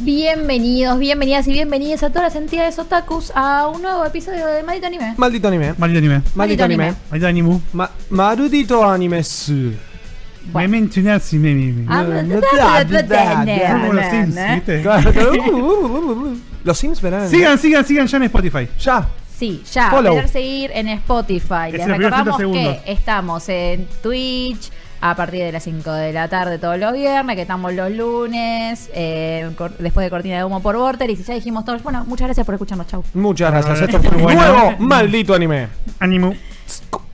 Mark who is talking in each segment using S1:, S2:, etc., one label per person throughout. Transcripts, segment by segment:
S1: Bienvenidos, bienvenidas y bienvenidas a todas las entidades otakus a un nuevo episodio de Maldito Anime.
S2: Maldito anime.
S3: Maldito anime.
S2: Maldito anime.
S3: Maldito anime.
S2: Ma- marudito anime su.
S3: Me mencionaste, me, me, me.
S1: Ah, ¿eh? no
S2: No, no
S1: te
S2: te
S1: da- te da-
S2: da-
S1: te
S2: te
S1: da-
S3: Como los
S1: na,
S3: Sims,
S1: na.
S3: ¿viste?
S2: Los Sims verán.
S3: Sigan, sigan, sigan ya en Spotify.
S2: Ya.
S1: Sí, ya,
S2: Follow.
S1: poder seguir en Spotify.
S3: Es
S1: Les
S3: en los primeros
S1: recordamos
S3: 30 segundos.
S1: que estamos en Twitch a partir de las 5 de la tarde todos los viernes, que estamos los lunes, eh, cor- después de Cortina de Humo por Vorter. Y si ya dijimos todos, bueno, muchas gracias por escucharnos, chau.
S2: Muchas gracias.
S3: Ah,
S2: Esto fue un
S3: bueno.
S2: nuevo maldito anime.
S3: Animo.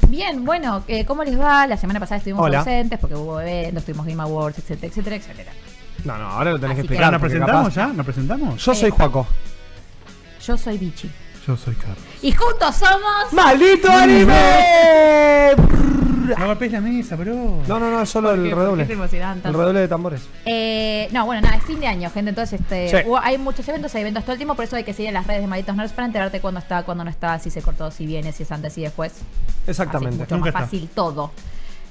S1: Bien, bueno, eh, ¿cómo les va? La semana pasada estuvimos
S2: Hola.
S1: ausentes porque hubo bebé, no tuvimos Game Awards, etcétera, etcétera, etcétera.
S2: No, no, ahora lo tenés que
S1: Así que-
S2: explicar.
S3: ¿Nos
S2: porque
S3: presentamos
S2: capaz-
S3: ya? ¿Nos presentamos?
S2: Yo soy Juaco.
S1: Yo soy Bichi.
S3: Yo soy Carlos.
S1: Y juntos somos...
S2: ¡Maldito anime!
S3: No golpees la mesa, bro.
S2: No, no, no, solo el
S1: Qué
S2: redoble.
S1: emocionante.
S2: El redoble de tambores.
S1: Eh, no, bueno, nada, es fin de año, gente. Entonces, este,
S2: Sí.
S1: hubo- hay muchos eventos, hay eventos todo el tiempo, por eso hay que seguir en las redes de Malditos Nerds para enterarte cuándo está, cuándo no está, si se cortó, si viene, si es antes, si después.
S2: Exactamente.
S1: Así, mucho
S3: Nunca
S1: más
S3: está.
S1: fácil todo.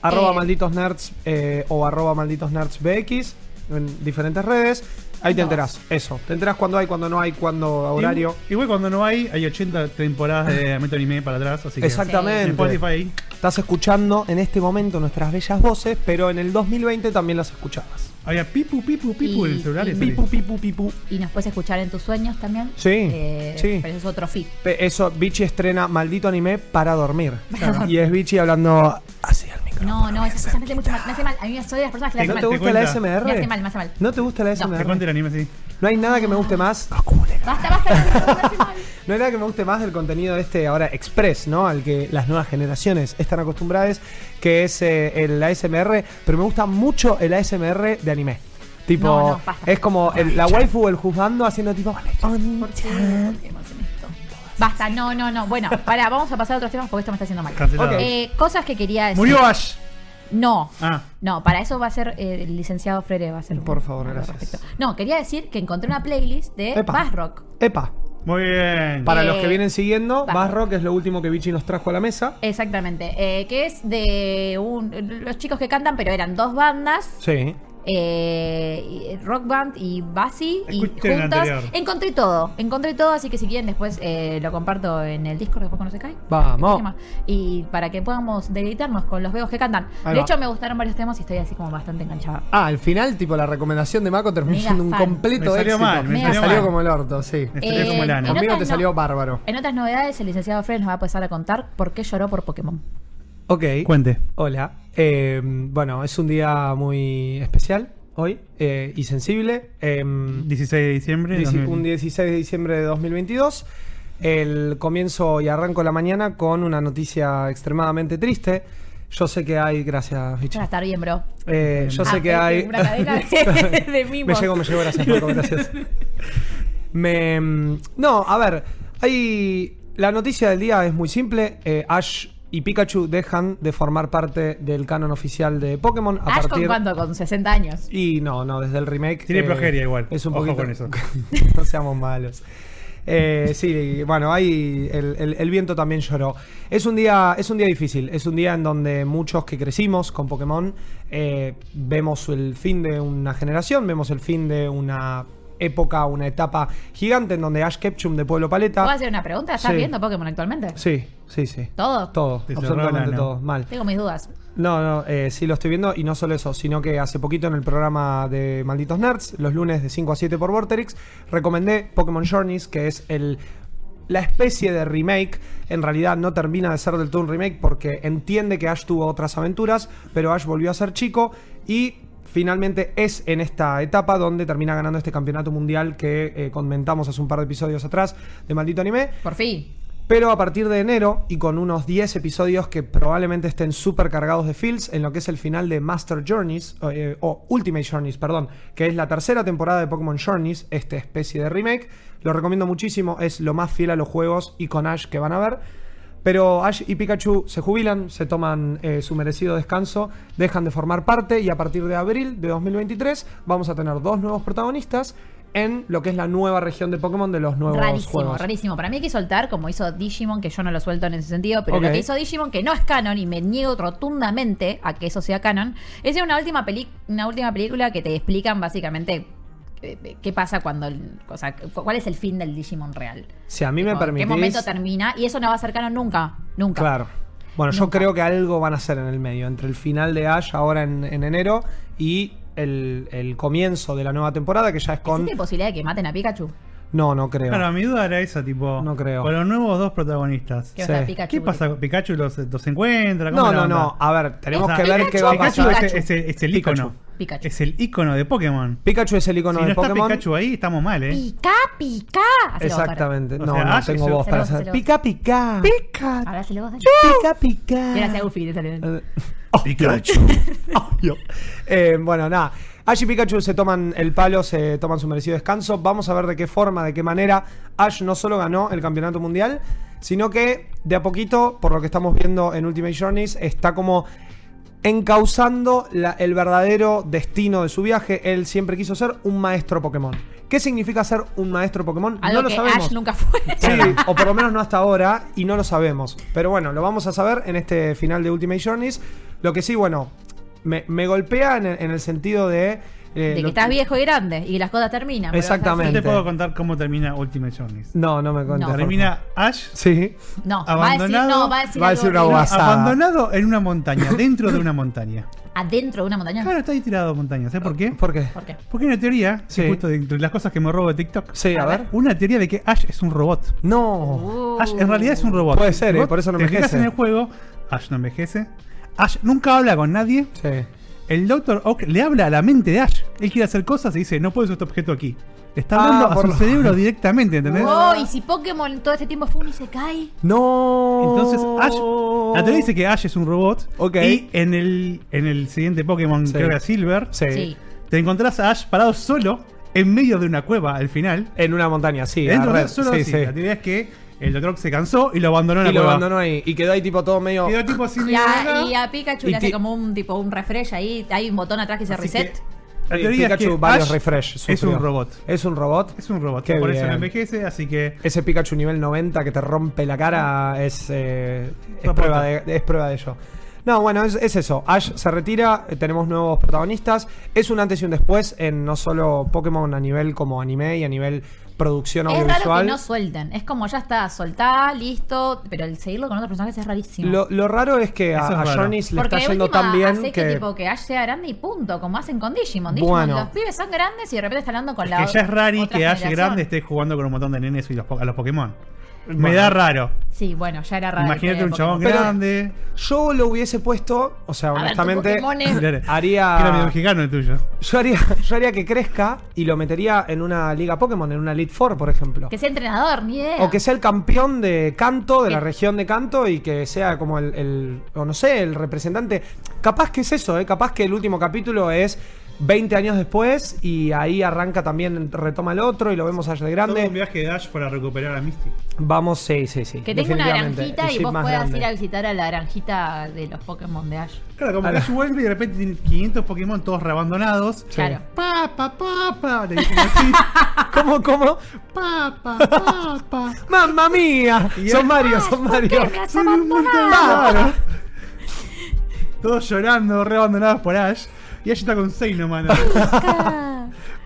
S2: Arroba
S1: Eh,
S2: malditos nerds eh, o arroba malditos nerds BX en diferentes redes. Ahí te
S1: Dos.
S2: enterás. Eso. Te enterás cuando hay, cuando no hay, cuando horario.
S3: Y- Igual cuando no hay, hay 80 temporadas de Meto Anime para atrás, así que. En
S2: Exactamente.
S3: Spotify.
S2: Estás escuchando en este momento nuestras bellas voces, pero en el 2020 también las escuchabas.
S3: Había pipu, pipu, pipu
S1: Y-
S3: en el celular.
S1: y-
S3: ese.
S2: Pipu, pipu, pipu.
S1: Y nos puedes escuchar en tus sueños también.
S2: Sí,
S1: Eh,
S2: sí.
S1: Pero eso es otro fit.
S2: Pe- Eso, Vichy estrena Maldito Anime para dormir. Y es Vichy hablando así al micrófono.
S1: No, no, eso se hace mucho mal. Me hace mal. A mí soy de las personas que le hace
S2: ¿No
S1: mal.
S2: te gusta la
S3: cuenta.
S2: SMR?
S1: Me hace mal, me hace mal.
S2: ¿No te gusta la
S3: Te
S2: SMR?
S3: cuento el anime, sí.
S2: No hay nada que me guste más.
S1: Basta, basta, basta, me hace mal.
S2: No hay nada que me guste más del contenido este ahora express, ¿no? Al que las nuevas generaciones están acostumbradas, que es eh, el ASMR, pero me gusta mucho el ASMR de anime. Tipo,
S1: No, no, basta.
S2: es como el- la waifu o el juzgando haciendo tipo...
S1: ¿Por qué? ¿Por qué me hacen esto? Basta, no, no, no. Bueno, pará, vamos a pasar a otros temas porque esto me está haciendo mal.
S2: Ok.
S3: Cancelado.
S1: Eh, cosas que quería decir.
S3: Murió Ash.
S1: No.
S3: Ah.
S1: No, para eso va a ser eh, el licenciado Frere, va a ser.
S2: Por favor,
S1: al
S2: gracias.
S1: respecto. No, quería decir que encontré una playlist de
S2: Epa.
S1: Bass Rock.
S2: Epa,
S3: Muy bien.
S2: para
S1: Eh,
S2: los que vienen siguiendo,
S1: va.
S2: más rock es lo último que Vichy nos trajo a la mesa.
S1: Exactamente. eh, que es de un- los chicos que cantan, pero eran dos bandas.
S2: Sí.
S1: eh, y- rock Band y Bassi y
S3: Escuchen el
S1: juntas
S3: anterior.
S1: encontré todo encontré todo así que si quieren después eh, lo comparto en el Discord después cuando se cae
S2: Vamos.
S1: Tema. y para que podamos deleitarnos con los veos que cantan
S2: Ahí
S1: de
S2: va.
S1: hecho me gustaron varios temas y estoy así como bastante enganchada
S2: Ah, al final, tipo, la recomendación de Mako terminó
S1: Mega
S2: siendo un
S1: fan.
S2: completo
S3: Me salió
S2: éxito.
S3: mal, me
S2: Te
S1: salió
S3: mal.
S2: como el orto, sí.
S3: Me salió como el ano.
S1: Eh, en
S2: Conmigo
S1: otras
S2: te
S1: no-
S2: salió bárbaro.
S1: En otras novedades, el licenciado Fred nos va a empezar a contar por qué lloró por Pokémon.
S2: Ok.
S3: Cuente.
S2: Hola. Eh, bueno, es un día muy especial hoy eh, y sensible. Eh,
S3: 16 de diciembre.
S2: dieci-
S3: 2000.
S2: un 16 de diciembre de 2022. El comienzo y arranco la mañana con una noticia extremadamente triste. Yo sé que hay. Gracias, Vichy.
S1: Ya estar bien, bro.
S2: Eh, yo sé
S1: Ah,
S2: que
S1: es
S2: hay.
S1: Una cadena de, de
S2: Me
S1: mimos.
S2: llegó, me llegó, gracias, Marco, gracias. Me, mm, no, a ver, hay, la noticia del día es muy simple. eh, Ash y Pikachu dejan de formar parte del canon oficial de Pokémon a
S1: Ash con
S2: partir...
S1: cuánto, con 60 años.
S2: Y no, no, desde el remake. eh,
S3: Tiene progeria igual,
S2: Es un
S3: ojo
S2: poquito.
S3: con eso.
S2: no seamos malos. Eh, sí, bueno, ahí el, el- el viento también lloró. Es un, día, es un día difícil, es un día en donde muchos que crecimos con Pokémon eh, vemos el fin de una generación, vemos el fin de una época, una etapa gigante en donde Ash Ketchum de Pueblo
S1: ¿Puedo
S2: Paleta...
S1: hacer una pregunta? ¿Estás
S2: Sí.
S1: viendo Pokémon actualmente?
S2: Sí, sí, sí.
S1: ¿Todo?
S2: Todo,
S3: Te cerró la
S2: absolutamente
S3: mano.
S2: todo, mal.
S1: Tengo mis dudas.
S2: No, no, eh, sí lo estoy viendo y no solo eso, sino que hace poquito en el programa de Malditos Nerds, los lunes de 5 a 7 por Vorterix, recomendé Pokémon Journeys, que es el la especie de remake. En realidad no termina de ser del todo un remake porque entiende que Ash tuvo otras aventuras, pero Ash volvió a ser chico y finalmente es en esta etapa donde termina ganando este campeonato mundial que eh, comentamos hace un par de episodios atrás de Maldito Anime.
S1: Por fin.
S2: Pero a partir de enero y con unos 10 episodios que probablemente estén súper cargados de feels en lo que es el final de Master Journeys, eh, o Ultimate Journeys, perdón, que es la tercera temporada de Pokémon Journeys, esta especie de remake, lo recomiendo muchísimo, es lo más fiel a los juegos y con Ash que van a ver. Pero Ash y Pikachu se jubilan, se toman eh, su merecido descanso, dejan de formar parte y a partir de abril de 2023 vamos a tener dos nuevos protagonistas en lo que es la nueva región de Pokémon de los nuevos
S1: rarísimo,
S2: juegos.
S1: rarísimo. Para mí hay que soltar, como hizo Digimon, que yo no lo suelto en ese sentido, pero
S2: Ok.
S1: lo que hizo Digimon, que no es canon, y me niego rotundamente a que eso sea canon, es una última, peli una última película que te explican básicamente eh, qué pasa cuando, el- o sea, cu- cuál es el fin del Digimon real.
S2: Si a mí me
S1: Tipo, ¿En
S2: permitís...
S1: qué momento termina? Y eso no va a ser canon nunca, nunca.
S2: Claro. Bueno, yo
S1: Nunca.
S2: creo que algo van a hacer en el medio, entre el final de Ash ahora en, en enero y el, el comienzo de la nueva temporada, que ya es con...
S1: ¿Existe posibilidad de que maten a Pikachu?
S2: No, no creo.
S3: Claro, mi duda era esa, tipo.
S2: No creo.
S3: Con los nuevos dos protagonistas.
S1: Que
S2: Sí.
S1: va a estar Pikachu.
S3: ¿Qué pasa? con ¿Pikachu los, eh, los encuentra? ¿Cómo
S2: No,
S3: es
S2: no,
S3: la
S2: no.
S3: onda?
S2: A ver, tenemos
S3: O
S2: que
S3: sea,
S2: ver qué va a
S3: Pikachu
S2: pasar.
S3: Es, es- es el
S2: Pikachu.
S3: icono.
S1: Pikachu.
S3: Es el icono de Pokémon.
S2: Pikachu es el icono
S3: si no
S2: de
S3: está
S2: Pokémon.
S3: Pikachu ahí, estamos mal, ¿eh?
S1: ¡Pica, pica! Hacele voz,
S2: Exactamente.
S3: O
S2: No,
S3: sea,
S2: no
S3: Ash
S2: tengo
S3: es-
S2: voz
S1: Hacele
S2: para
S1: voz,
S2: hacer.
S1: hacele
S2: Pica, pica. Pica.
S1: Ahora se voz.
S2: Pica, pica.
S1: Gracias, Goofy. te salió bien.
S2: Eh,
S3: Pikachu.
S2: Obvio. Eh, bueno, nada. Ash y Pikachu se toman el palo, se toman su merecido descanso. Vamos a ver de qué forma, de qué manera Ash no solo ganó el campeonato mundial, sino que de a poquito, por lo que estamos viendo en Ultimate Journeys, está como encauzando la- el verdadero destino de su viaje. Él siempre quiso ser un maestro Pokémon. ¿Qué significa ser un maestro Pokémon?
S1: Algo
S2: no lo
S1: que
S2: sabemos.
S1: Ash nunca fue.
S2: Sí, o por lo menos no hasta ahora, y no lo sabemos. Pero bueno, lo vamos a saber en este final de Ultimate Journeys. Lo que sí, bueno, me, me golpea en, el- en el sentido de. eh,
S1: De
S2: lo-
S1: que estás viejo y grande y las cosas terminan. pero
S3: No
S2: Exactamente.
S3: te puedo contar cómo termina Ultimate Journeys.
S2: No, no me
S1: No.
S2: conté.
S3: Termina Ash
S2: Sí.
S1: vas a- No,
S3: Abandonado.
S1: va a decir, no,
S2: Va a
S1: algo
S2: decir una
S1: horrible.
S2: guasa. Pasada.
S3: abandonado en una montaña, dentro de una montaña.
S1: Adentro de una montaña.
S3: Claro, está ahí tirado a montaña. ¿Sabes por qué?
S2: ¿Por qué?
S1: ¿Por qué?
S3: Porque hay una teoría,
S2: Sí.
S3: justo de entre las cosas que me robo de TikTok,
S2: Sí, a ver.
S3: una teoría de que Ash es un robot.
S2: No.
S1: Uh,
S3: Ash Ah, en realidad es un robot.
S2: Puede ser,
S3: Vos
S2: eh, por eso no
S3: te fijas
S2: envejece.
S3: en el juego, Ash no envejece. Ash nunca habla con nadie.
S2: Sí.
S3: El Dr. Oak le habla a la mente de Ash. Él quiere hacer cosas y dice, no puedes usar este objeto aquí. Le está
S2: Ah,
S3: hablando a
S2: por
S3: su
S2: lo-
S3: cerebro directamente, ¿entendés?
S1: Oh, y si Pokémon todo este tiempo fue un Isekai.
S2: No.
S3: Entonces, Ash. La teoría dice que Ash es un robot.
S2: Ok.
S3: Y en el, en el siguiente Pokémon,
S2: Sí.
S3: creo que era Silver,
S2: Sí.
S1: Sí.
S3: te encontrás a Ash parado solo en medio de una cueva al final.
S2: En una montaña, sí.
S3: dentro
S2: a
S3: de
S2: ver,
S3: solo
S2: sí,
S3: así.
S2: sí.
S3: La teoría es que el Dr. Oak se cansó y lo abandonó en la
S2: Y lo
S3: cueva.
S2: abandonó ahí. Y quedó ahí tipo todo medio.
S3: Quedó tipo sin
S1: Y a,
S3: nada.
S1: y a Pikachu
S2: Y
S1: le hace
S2: ti-
S1: como un tipo un refresh ahí. Hay un botón atrás que dice
S3: Así
S1: reset.
S3: que
S2: Sí,
S3: La teoría es
S2: eh, Pikachu
S3: que
S2: varios
S3: Ash
S2: refresh.
S3: es
S2: sufrió.
S3: un robot.
S2: Es un robot.
S3: Es un robot.
S2: Qué
S3: por eso
S2: bien.
S3: no envejece, así que
S2: Ese Pikachu nivel 90 que te rompe la cara es, eh, es,
S3: Una
S2: prueba,
S3: puta.
S2: de, es prueba de ello. No, bueno, es, es eso. Ash se retira, eh, tenemos nuevos protagonistas. Es un antes y un después en no solo Pokémon a nivel como anime y a nivel producción
S1: Es raro que
S2: audiovisual.
S1: no suelten. Es como ya está, soltá, listo. Pero el seguirlo con otros personajes es rarísimo.
S2: lo, lo raro es que a,
S3: Eso es
S2: a
S3: raro.
S2: Journeys le
S1: Porque
S2: está
S1: de
S2: yendo
S1: última,
S2: tan bien
S1: hacés
S2: que...
S1: que, tipo que Ash sea grande y punto, como hacen con Digimon. Digimon,
S2: Bueno.
S1: los pibes son grandes y de repente está hablando con
S3: Es
S1: la
S3: que ya es rari
S1: otra
S3: que Ash
S1: generación.
S3: grande esté jugando con un montón de nenes y los, po- a los Pokémon. Me
S2: Bueno.
S3: da raro.
S1: Sí, bueno, ya era raro.
S3: Imagínate
S1: que
S3: un chabón
S2: Pero-
S3: grande.
S2: Yo lo hubiese puesto, o sea,
S1: A ver, tu
S2: honestamente,
S1: Pokémon es-
S3: Claro.
S2: haría...
S3: Que era medio mexicano el tuyo.
S2: Yo haría, yo haría que crezca y lo metería en una liga Pokémon, en una Elite Four, por ejemplo.
S1: Que sea entrenador, ni idea.
S2: O que sea el campeón de canto, de la
S1: Que-
S2: región de canto, y que sea como el, el- o no sé, el representante. Capaz que es eso, ¿eh? capaz que el último capítulo es 20 años después y ahí arranca también, retoma el otro y lo vemos allá de
S3: Todo un
S2: grande.
S3: viaje de Ash para recuperar a Misty.
S2: Vamos, sí, sí, sí.
S1: Que tenga una
S2: definitivamente,
S1: granjita
S2: el
S1: y
S2: chip
S1: vos
S2: más
S1: puedas
S2: grande.
S1: ir a visitar a la granjita de los Pokémon de Ash.
S3: Claro, como
S2: A
S3: que
S2: la-
S3: Ash vuelve y de repente tiene 500 Pokémon todos reabandonados.
S1: Claro.
S3: Pa, pa, pa, pa. Le dicen así.
S2: ¿Cómo, cómo?
S3: pa, pa, pa, pa.
S2: ¡Mamma mía!
S3: Y
S2: Son
S3: él-
S2: Mario, son Mario.
S1: me has
S3: Son un montón.
S2: Claro.
S3: Todos llorando, reabandonados por Ash. Y Ash está con 6 nomás.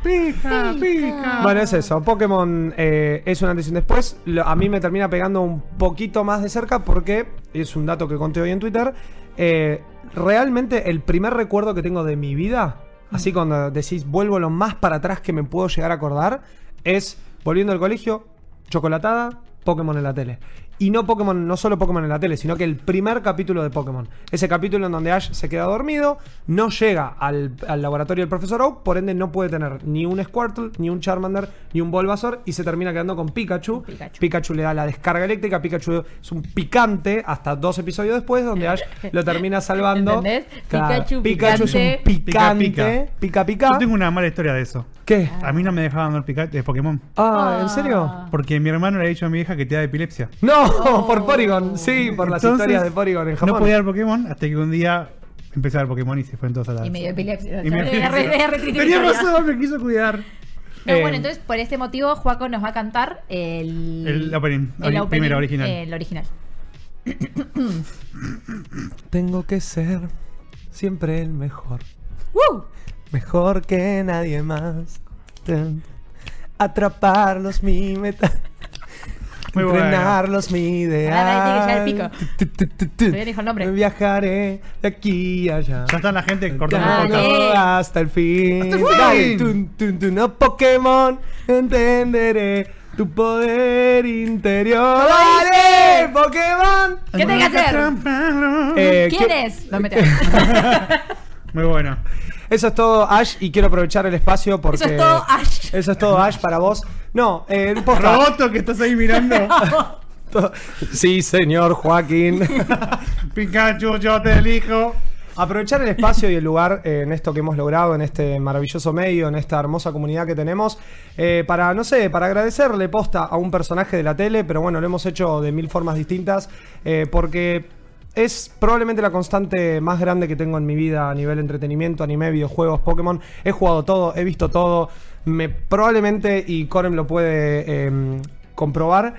S3: Pica, pica.
S2: Bueno, es eso. Pokémon eh, es un antes y un después. Lo- a mí me termina pegando un poquito más de cerca porque es un dato que conté hoy en Twitter. eh, realmente el primer recuerdo que tengo de mi vida, así cuando decís vuelvo lo más para atrás que me puedo llegar a acordar, es volviendo al colegio, chocolatada, Pokémon en la tele. Y no Pokémon, no solo Pokémon en la tele, sino que el primer capítulo de Pokémon. Ese capítulo en donde Ash se queda dormido, no llega al, al laboratorio del profesor Oak, por ende no puede tener ni un Squirtle, ni un Charmander, ni un Bulbasaur, y se termina quedando con Pikachu.
S1: Pikachu.
S2: Pikachu le da la descarga eléctrica, Pikachu es un picante hasta dos episodios después, donde Ash lo termina salvando.
S1: ¿Entendés? Pikachu
S2: es un
S3: picante.
S2: picante. Pica pica.
S3: Yo tengo una mala historia de eso.
S2: ¿Qué?
S1: Ah.
S3: A mí no me dejaban ver Pikachu, eh, Pokémon.
S2: Ah, ¿en serio?
S3: Porque mi hermano le ha dicho a mi vieja que te da epilepsia.
S2: No, por Porygon, sí, por las
S3: Entonces,
S2: historias de Porygon en Japón.
S3: No podía ver Pokémon hasta que un día empecé a ver Pokémon y se fue entonces a la.
S1: Y me dio epilepsia.
S3: Y me-
S1: Era re- era re-
S3: Tenía razón, me quiso cuidar.
S1: No,
S3: Eh,
S1: bueno, entonces por este motivo Juaco nos va a cantar el... eh,
S3: El opening, ori- primero, original.
S1: El original.
S2: Tengo que ser siempre el mejor.
S1: ¡Woo!
S2: Mejor que nadie más. Ten- Atraparlos mi meta.
S3: Muy bueno.
S2: Entrenarlos mi
S1: Pará, pará,
S2: ideal.
S1: tiene Ah, que llegar el
S2: Tu, tu, tu, tu, tu.
S1: Todavía no dijo el nombre.
S2: Viajaré de aquí a allá.
S3: Ya está la gente cortando
S1: Dale.
S3: el podcast.
S2: Hasta el fin.
S3: Hasta el fin.
S2: Dale, tun, tun, tun, no Pokémon, entenderé tu poder interior. ¡Dale, Pokémon!
S1: ¿Qué tengo que hacer?
S2: Eh,
S1: ¿Quién
S2: ¿qué-
S1: es? No me te-
S3: Muy bueno.
S2: Eso es todo, Ash, y quiero aprovechar el espacio porque...
S1: Eso es todo, Ash.
S2: Eso es todo, Ash, para vos. No, eh, posta.
S3: Roboto que estás ahí mirando.
S2: To- Sí, señor Joaquín.
S3: Pikachu, yo te elijo.
S2: Aprovechar el espacio y el lugar eh, en esto que hemos logrado, en este maravilloso medio, en esta hermosa comunidad que tenemos, eh, para, no sé, para agradecerle posta a un personaje de la tele, pero bueno, lo hemos hecho de mil formas distintas, eh, porque es probablemente la constante más grande que tengo en mi vida a nivel entretenimiento, anime, videojuegos, Pokémon. He jugado todo, he visto todo, me probablemente, y Corem lo puede eh, comprobar,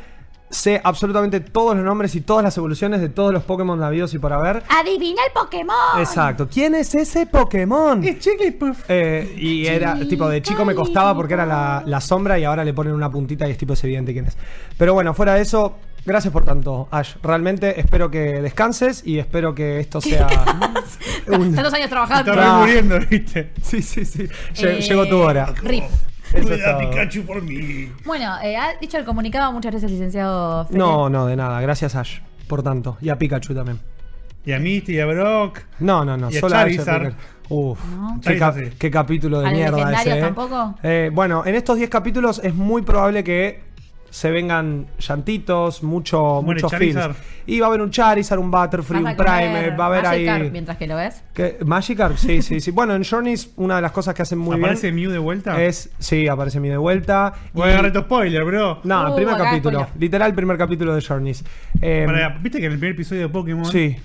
S2: sé absolutamente todos los nombres y todas las evoluciones de todos los Pokémon habidos y por haber.
S1: ¡Adivina el Pokémon!
S2: Exacto. ¿Quién es ese Pokémon?
S3: Jigglypuff.
S2: Eh, y era tipo de chico me costaba porque era la, la sombra y ahora le ponen una puntita y es tipo es evidente quién es. Pero bueno, fuera de eso, gracias por tanto, Ash. Realmente espero que descanses y espero que esto sea. un-
S1: Tantos años trabajando.
S3: Estaba muriendo, viste.
S2: Sí, sí, sí. Lle-
S1: Eh,
S2: Llegó tu hora.
S1: Rip.
S2: Eso es
S3: Cuida a
S2: todo.
S3: Pikachu por mí.
S1: Bueno, eh, ha dicho el comunicado muchas gracias, licenciado Fede.
S2: No, no, de nada. Gracias, Ash. Por tanto. Y a Pikachu también.
S3: Y a Misty y a Brock.
S2: No, no, no.
S3: Y a
S2: solo a Ash
S3: Charizard.
S2: Attacker. Uf,
S1: No.
S2: qué, cap-
S3: Charizard sí.
S2: qué capítulo de
S1: ¿A los
S2: mierda
S1: legendarios
S2: ese. ¿eh?
S1: tampoco?
S2: Eh, bueno, en estos 10 capítulos es muy probable que se vengan llantitos, mucho,
S3: Muere
S2: muchos
S3: Charizard.
S2: feels. Y va a haber un Charizard, un Butterfree,
S1: Vas
S2: un
S1: a comer
S2: Prime, eh, va a haber
S1: eh, Magikarp
S2: ahí.
S1: Mientras que lo ves.
S2: ¿Qué? ¿Magikarp? Sí, sí, sí. Bueno, en Journeys una de las cosas que hacen muy
S3: ¿Aparece
S2: bien
S3: Mew de vuelta?
S2: es... Sí, aparece mi de vuelta.
S3: Voy a agarrar tu spoiler, bro.
S2: No, el
S1: Uh,
S2: primer
S1: acá
S2: capítulo.
S1: spoiler.
S2: Literal, el primer capítulo de Journeys. Eh,
S3: Pará, Viste que en el primer episodio de Pokémon.
S2: Sí.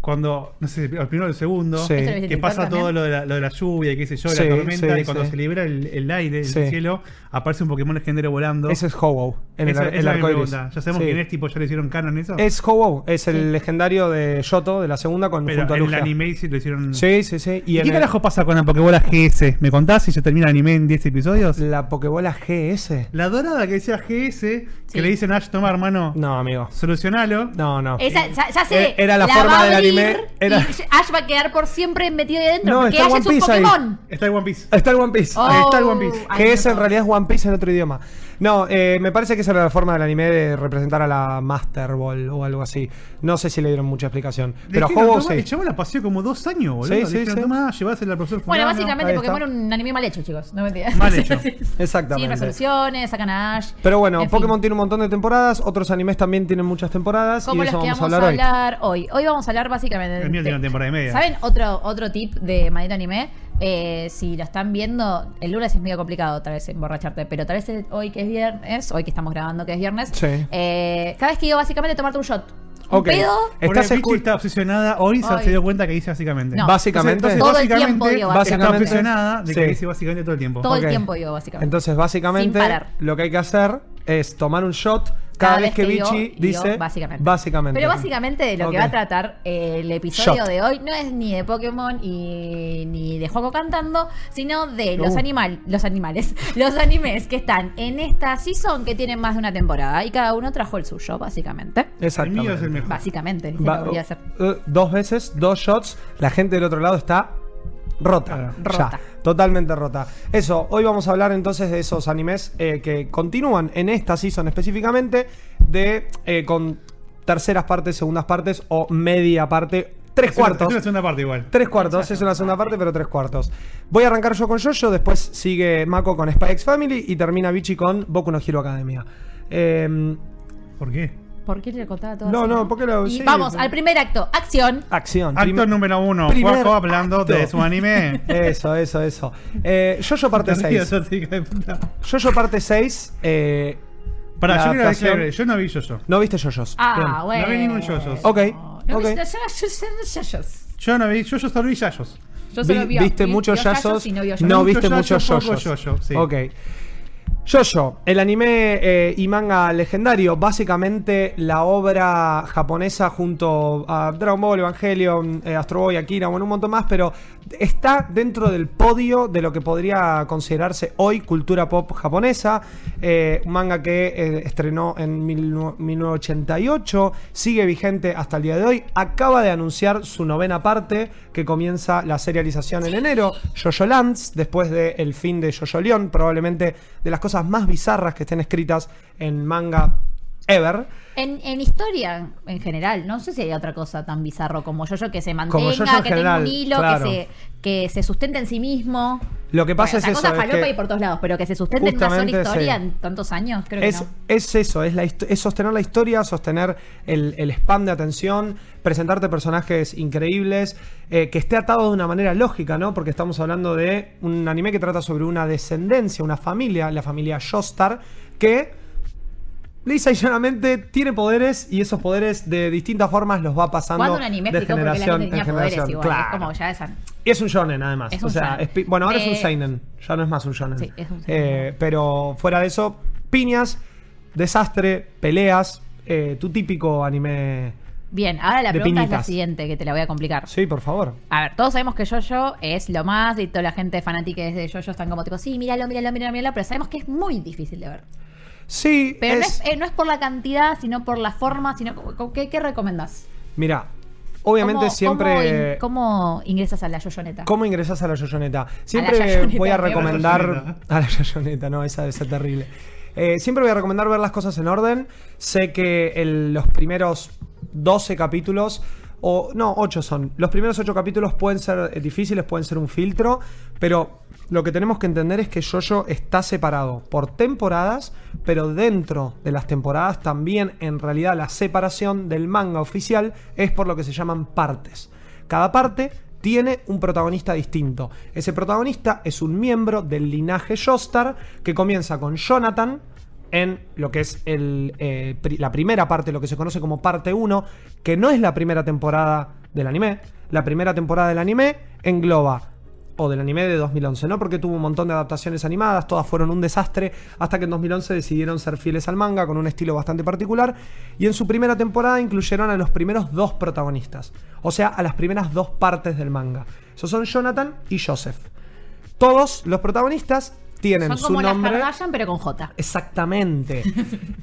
S3: Cuando, no sé, el primero o el segundo.
S2: Sí. Este ¿Esto lo
S1: viste
S3: Que
S1: en
S3: pasa
S1: TikTok
S3: todo
S1: también?
S3: lo de, la, lo de la lluvia y qué sé yo,
S2: Sí,
S3: la tormenta.
S2: sí,
S3: y cuando
S2: sí.
S3: se libera el, el aire, el
S2: Sí.
S3: cielo, aparece un Pokémon legendario volando.
S2: Ese es Ho-Oh. En el,
S3: Esa- esa es mi
S2: arcoiris.
S3: pregunta. Ya sabemos
S2: Sí.
S3: quién es, tipo, ya le hicieron canon eso.
S2: Es Ho-Oh, es el
S1: Sí.
S2: legendario de Shoto de la segunda con
S3: Pero
S2: junto a
S3: en el
S2: Lugia.
S3: anime sí lo hicieron.
S2: Sí, sí, sí. Y,
S3: ¿Y
S2: en
S3: qué
S2: el-
S3: carajo pasa con la Pokébola GS? ¿Me contás si se termina el anime en 10 episodios?
S2: la Pokébola GS.
S3: La dorada que decía
S1: Sí.
S3: GS, que le dicen Ash, toma hermano,
S2: No, amigo.
S3: solucionalo.
S2: No, no.
S1: Esa, ya, ya sé.
S2: Eh, era la forma
S1: va a
S2: del
S1: abrir
S2: anime, era-
S1: y Ash va a quedar por siempre metido ahí adentro.
S2: No,
S1: porque
S2: está
S1: Ash es
S2: One
S1: un
S2: Piece ahí.
S1: Pokémon.
S3: Está en One Piece.
S2: Está el One Piece.
S1: Oh,
S2: Ahí está el One Piece.
S1: ay,
S2: Que es
S1: no.
S2: en realidad es One Piece en otro idioma. No, eh, me parece que esa era la forma del anime de representar a la Master Ball o algo así. No sé si le dieron mucha explicación. Pero
S3: Dijeron,
S2: Hobo
S3: toma,
S2: sí.
S3: El chabón la paseó como dos años, boludo.
S2: Sí,
S3: Le
S2: sí,
S3: dijeron,
S2: sí.
S3: toma, llevásela al profesor
S1: Bueno,
S3: fulano.
S1: básicamente
S2: ahí
S1: Pokémon
S2: está.
S1: era un anime mal hecho, chicos. No mentira.
S3: Mal hecho.
S1: Sin
S2: Exactamente.
S1: resoluciones, sacan a Ash.
S2: Pero bueno,
S1: En fin.
S2: Pokémon tiene un montón de temporadas, otros animes también tienen muchas temporadas y
S1: como
S2: de
S1: las
S2: eso
S1: que
S2: vamos a hablar, hoy.
S1: hablar hoy. Hoy vamos a hablar básicamente.
S3: El mío
S1: de-
S3: tiene una temporada y media.
S1: ¿Saben otro, otro tip de maldito anime? Eh, si lo están viendo, el lunes es medio complicado tal vez emborracharte, pero tal vez es hoy que es viernes, hoy que estamos grabando que es viernes,
S2: Sí.
S1: eh, cada vez que digo básicamente tomarte un shot. Un
S2: Ok.
S1: pedo,
S3: Porque
S2: Estás
S3: Vicky
S2: escu-
S3: está obsesionada, hoy se
S1: Ay.
S3: se dio cuenta que dice básicamente.
S1: No.
S2: Eh, Básicamente.
S3: Entonces,
S1: Todo el
S3: básicamente,
S1: tiempo digo
S3: está
S2: básicamente.
S3: obsesionada de que
S2: Sí.
S3: dice básicamente todo el tiempo.
S1: todo
S2: Ok.
S1: el tiempo digo básicamente.
S2: Entonces, básicamente,
S1: Sin parar.
S2: lo que hay que hacer es tomar un shot cada, vez que
S1: yo-
S2: Vichy
S1: yo,
S2: dice.
S1: básicamente.
S2: Básicamente.
S1: Pero básicamente de lo
S2: Ok.
S1: que va a tratar eh, el episodio
S2: Shot.
S1: de hoy no es ni de Pokémon y, ni de Juego cantando, sino de los
S2: Uh.
S1: animal, los animales, los animes que están en esta season que tienen más de una temporada y cada uno trajo el suyo, básicamente.
S3: El
S2: Exactamente.
S3: mío es el mejor.
S1: Básicamente, ¿viste?
S2: Va-
S1: Lo voy a hacer.
S2: eh, dos veces, dos shots. La gente del otro lado está rota.
S3: Claro.
S2: Ya,
S1: Rota.
S2: totalmente rota. Eso, hoy vamos a hablar entonces de esos animes eh, que continúan en esta season específicamente de eh, con terceras partes, segundas partes o media parte, tres
S3: Es una-
S2: cuartos.
S3: Es una segunda parte igual.
S2: Tres cuartos, es una segunda parte, pero tres cuartos. Voy a arrancar yo con Jojo, después sigue Mako con Spy X Family y termina Bichi con Boku no Hero Academia. Em,
S3: ¿Por qué?
S1: ¿Por qué le contaba todo
S2: No,
S1: así,
S2: no, porque lo-
S1: Y
S2: sí.
S1: Vamos, al primer acto. Acción.
S2: acción.
S3: Acto
S2: Prim-
S3: número uno.
S2: primer
S3: Juaco hablando
S2: acto.
S3: de su anime.
S2: Eso, eso, eso. Eh, Jojo parte
S3: Te ríes,
S2: 6.
S3: hija de puta.
S2: Jojo parte 6. Eh,
S3: Pará,
S2: la
S3: yo quiero
S2: adaptación-
S3: decir, yo no vi yo yo.
S2: No viste Jojo's. Bien.
S1: Ah, bueno.
S3: No vi ningún yoyos.
S2: Ok,
S1: No
S2: ok.
S1: viste yoyos, no yoyos.
S3: Yo no vi, yo yo solo vi Yayos.
S1: Yo
S2: Vi-
S1: solo vi-
S2: viste
S1: vi-
S2: muchos
S1: vio yayos
S2: yasos,
S1: y no,
S2: no,
S1: vio yoyos.
S3: Mucho
S2: viste
S3: yayo,
S2: muchos
S3: poco
S2: yoyos.
S3: yoyo, sí.
S2: Ok. Yoyo, el anime eh, y manga legendario, básicamente la obra japonesa junto a Dragon Ball, Evangelion, eh, Astro Boy, Akira, bueno, un montón más, pero está dentro del podio de lo que podría considerarse hoy cultura pop japonesa. Eh, un manga que eh, estrenó en 19- 1988, sigue vigente hasta el día de hoy. Acaba de anunciar su novena parte, que comienza la serialización en enero, Jojo Lands, después del fin de Jojo León, probablemente de las cosas más bizarras que estén escritas en manga ever.
S1: En, en historia, en general, no sé si hay otra cosa tan bizarro como yoyo que se mantenga,
S2: Como yoyo en
S1: que
S2: general,
S1: tenga un hilo,
S2: claro.
S1: que se que se sustente en sí mismo.
S2: Lo que pasa
S1: Bueno, o sea,
S2: es eso.
S1: cosas
S2: es
S1: falopa
S2: que-
S1: y por todos lados, pero que se sustente en una sola
S2: Justamente,
S1: historia
S2: sí.
S1: en tantos años, creo
S2: es,
S1: que no.
S2: es eso, es, la histo- es sostener la historia, sostener el, el spam de atención, presentarte personajes increíbles, eh, que esté atado de una manera lógica, ¿no? Porque estamos hablando de un anime que trata sobre una descendencia, una familia, la familia Shostar, que lisa y llanamente tiene poderes y esos poderes de distintas formas los va pasando
S1: Cuando un anime
S2: de
S1: explicó por qué la
S2: generación
S1: gente tenía
S2: en
S1: poderes
S2: generación.
S1: igual, es
S2: Claro.
S1: como ya esa.
S2: Y es un shonen, además.
S1: Es
S2: o
S1: un
S2: sea,
S1: shonen.
S2: es pi- bueno, ahora es un
S1: Eh,
S2: seinen. Ya no es más un shonen.
S1: Sí, es un seinen.
S2: Eh, pero fuera de eso, piñas, desastre, peleas, eh, tu típico anime.
S1: Bien, ahora la
S2: De
S1: pregunta es la
S2: piñitas.
S1: siguiente, que te la voy a complicar.
S2: Sí, por favor.
S1: A ver, todos sabemos que Jojo es lo más y toda la gente fanática de Jojo están como tipo, sí, míralo, míralo, míralo, míralo, pero sabemos que es muy difícil de ver.
S2: Sí,
S1: Pero
S2: es-
S1: no, es, eh, no es por la cantidad, sino por la forma, sino co- co- ¿qué, qué recomendás?
S2: Mira, obviamente
S1: ¿Cómo-
S2: siempre. ¿Cómo,
S1: ¿Cómo, in- cómo ingresas a la Yoyoneta?
S2: ingresas a la yoyoneta? Siempre
S1: yoyoneta,
S2: voy a
S1: a la
S2: recomendar.
S3: yoyoneta.
S2: A la yoyoneta, no, esa debe ser terrible. Eh, siempre voy a recomendar ver las cosas en orden. Sé que el- los primeros 12 capítulos. O, no, 8 son. Los primeros 8 capítulos pueden ser eh, difíciles, pueden ser un filtro, pero lo que tenemos que entender es que Jojo está separado por temporadas, pero dentro de las temporadas también en realidad la separación del manga oficial es por lo que se llaman partes. Cada parte tiene un protagonista distinto. Ese protagonista es un miembro del linaje Jostar que comienza con Jonathan en lo que es el, eh, pri- la primera parte, lo que se conoce como parte 1, que no es la primera temporada del anime. La primera temporada del anime engloba o del anime de 2011, ¿no? Porque tuvo un montón de adaptaciones animadas, todas fueron un desastre, hasta que en 2011 decidieron ser fieles al manga con un estilo bastante particular, y en su primera temporada incluyeron a los primeros dos protagonistas, o sea, a las primeras dos partes del manga. Esos son Jonathan y Joseph. Todos los protagonistas tienen
S1: Son
S2: su
S1: como
S2: nombre...
S1: las Kardashian, pero con J.
S2: Exactamente.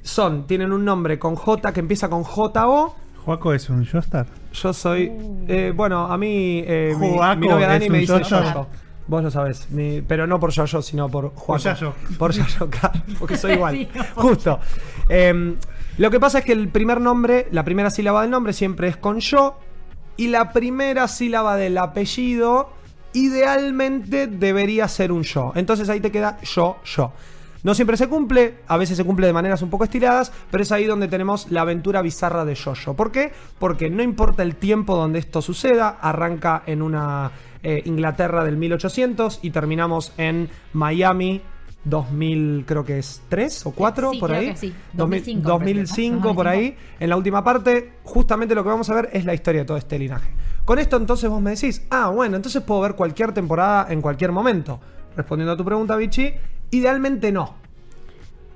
S2: Son, tienen un nombre con J que empieza con JO.
S3: Juaco es un Joestar.
S2: Yo soy. eh, bueno, a mí. eh, mi,
S3: Joaco
S2: mi novia
S3: es
S2: Dani
S3: un
S2: me dice
S3: yo-yo.
S2: Yoyo. Vos lo sabés. mi- pero no por Yoyo, sino por Juan.
S3: Yayo.
S2: Por Yayo, claro. Porque soy igual.
S1: Sí, no, por
S2: Justo. Eh, lo que pasa es que el primer nombre, la primera sílaba del nombre siempre es con yo. Y la primera sílaba del apellido, idealmente debería ser un yo. Entonces ahí te queda yo, yo. No siempre se cumple, a veces se cumple de maneras un poco estiradas, pero es ahí donde tenemos la aventura bizarra de Jojo. ¿Por qué? Porque no importa el tiempo donde esto suceda, arranca en una eh, Inglaterra del 1800 y terminamos en Miami 2000, creo que es 3 o 4
S1: Sí,
S2: por
S1: creo
S2: ahí.
S1: que sí.
S2: 2000,
S1: 2005,
S2: 2005 por ahí. En la última parte, justamente lo que vamos a ver es la historia de todo este linaje. Con esto entonces vos me decís, ah, bueno, entonces puedo ver cualquier temporada en cualquier momento. Respondiendo a tu pregunta, Vichy, idealmente no.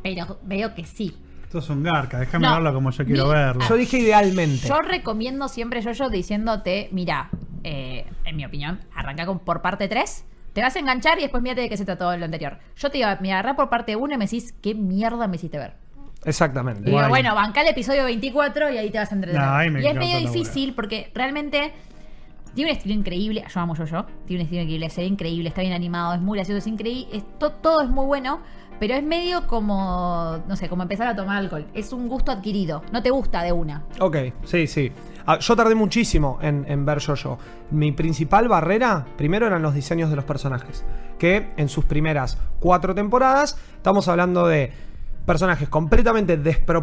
S1: Pero veo que sí.
S3: Esto es un garca, déjame
S1: No.
S3: verlo como yo quiero
S1: Ni-
S3: verlo.
S2: Yo dije idealmente.
S1: Ah, Yo recomiendo siempre Jojo diciéndote, mira, eh, en mi opinión, arranca con, por parte 3, te vas a enganchar y después mírate de qué se trató lo anterior. Yo te digo, me agarrá por parte 1 y me decís, ¿qué mierda me hiciste ver? Y
S2: Exactamente.
S1: digo,
S3: Guay.
S1: bueno, banca el episodio 24 y ahí te vas a entretener.
S3: Nah, ahí me
S1: y es
S3: encanta
S1: medio
S3: la bola.
S1: difícil porque realmente tiene un estilo increíble. Yo amo yo, yo. Tiene un estilo increíble, se ve increíble, está bien animado, es muy gracioso, es increíble. todo es muy bueno, Pero es medio como, no sé, como empezar a tomar alcohol. Es un gusto adquirido. No te gusta de una.
S2: Ok, sí, sí. Ah, Yo tardé muchísimo en, en ver yo Mi principal barrera, primero, eran los diseños de los personajes. Que en sus primeras cuatro temporadas, estamos hablando de personajes completamente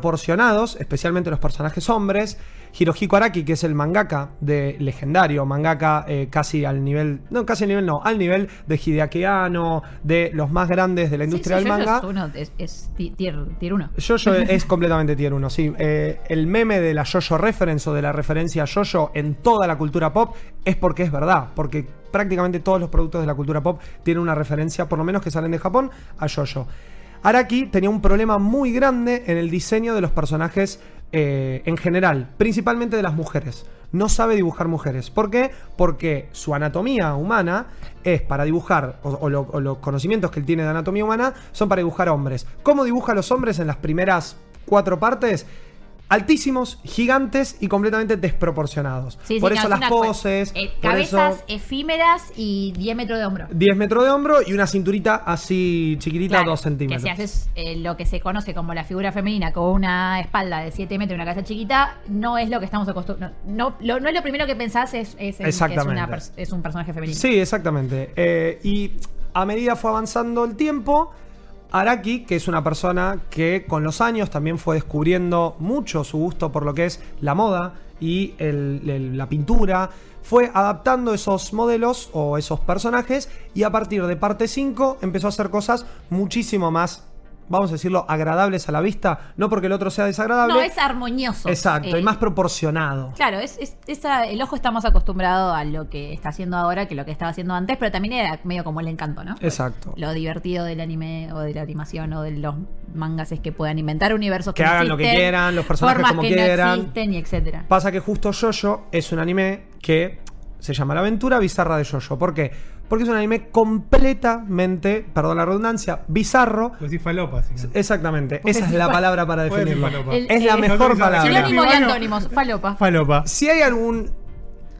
S2: desproporcionados, especialmente los personajes hombres. Hirohiko Araki, que es el mangaka de legendario, mangaka eh, casi al nivel, no, casi al nivel no, al nivel de Hideaki Anno, de los más grandes de la industria
S1: Sí, sí,
S2: del
S1: Jojo
S2: manga.
S1: Es, uno- es- es ti- tier, tier uno.
S2: Jojo es completamente tier 1, sí. Eh, el meme de la Jojo reference o de la referencia a Jojo en toda la cultura pop es porque es verdad, porque prácticamente todos los productos de la cultura pop tienen una referencia, por lo menos que salen de Japón, a Jojo. Araki tenía un problema muy grande en el diseño de los personajes eh, en general, principalmente de las mujeres. No sabe dibujar mujeres. ¿Por qué? Porque su anatomía humana es para dibujar, o, o lo- o los conocimientos que él tiene de anatomía humana son para dibujar hombres. ¿Cómo dibuja a los hombres en las primeras cuatro partes? Altísimos, gigantes y completamente desproporcionados.
S1: Sí, sí,
S2: por
S1: no,
S2: eso
S1: es
S2: las
S1: una cua-
S2: poses.
S1: eh,
S2: por
S1: cabezas
S2: eso-
S1: efímeras y diámetro de hombro.
S2: 10 metros de hombro y una cinturita así chiquitita,
S1: Claro,
S2: 2 centímetros.
S1: Que si haces eh, lo que se conoce como la figura femenina con una espalda de 7 metros y una cabeza chiquita, no es lo que estamos acostumbrados. No, no, lo, no es lo primero que pensás es, es, en- es una
S2: Exactamente.
S1: pers- es un personaje femenino.
S2: Sí, exactamente. Eh, y a medida fue avanzando el tiempo, Araki, que es una persona que con los años también fue descubriendo mucho su gusto por lo que es la moda y el- el- la pintura, fue adaptando esos modelos o esos personajes y a partir de parte 5 empezó a hacer cosas muchísimo más, vamos a decirlo, agradables a la vista, no porque el otro sea desagradable.
S1: No, es armonioso.
S2: Exacto,
S1: Eh,
S2: y más proporcionado.
S1: Claro, es, es- esa- el ojo está más acostumbrado a lo que está haciendo ahora que lo que estaba haciendo antes, pero también era medio como el encanto, ¿no?
S2: Exacto.
S1: Lo divertido del anime o de la animación o de los mangas es que puedan inventar universos que,
S2: Que
S1: no
S2: hagan lo que
S1: existen,
S2: quieran, los personajes
S1: formas
S2: como
S1: que no
S2: quieran.
S1: existen y etcétera.
S2: Pasa que justo Jojo es un anime que se llama La aventura bizarra de Jojo. ¿Por qué? Porque es un anime completamente, perdón la redundancia, bizarro.
S3: Pues sí, falopa. sí.
S2: Exactamente,
S3: Porque
S2: esa es
S3: sí,
S2: la
S3: fa-
S2: palabra para
S3: puede decir
S2: definirlo.
S3: falopa.
S1: El-
S2: Es la
S1: eh,
S2: mejor palabra.
S1: Sinónimo y
S3: Bueno.
S1: antónimos, falopa.
S3: Falopa.
S2: Si hay algún...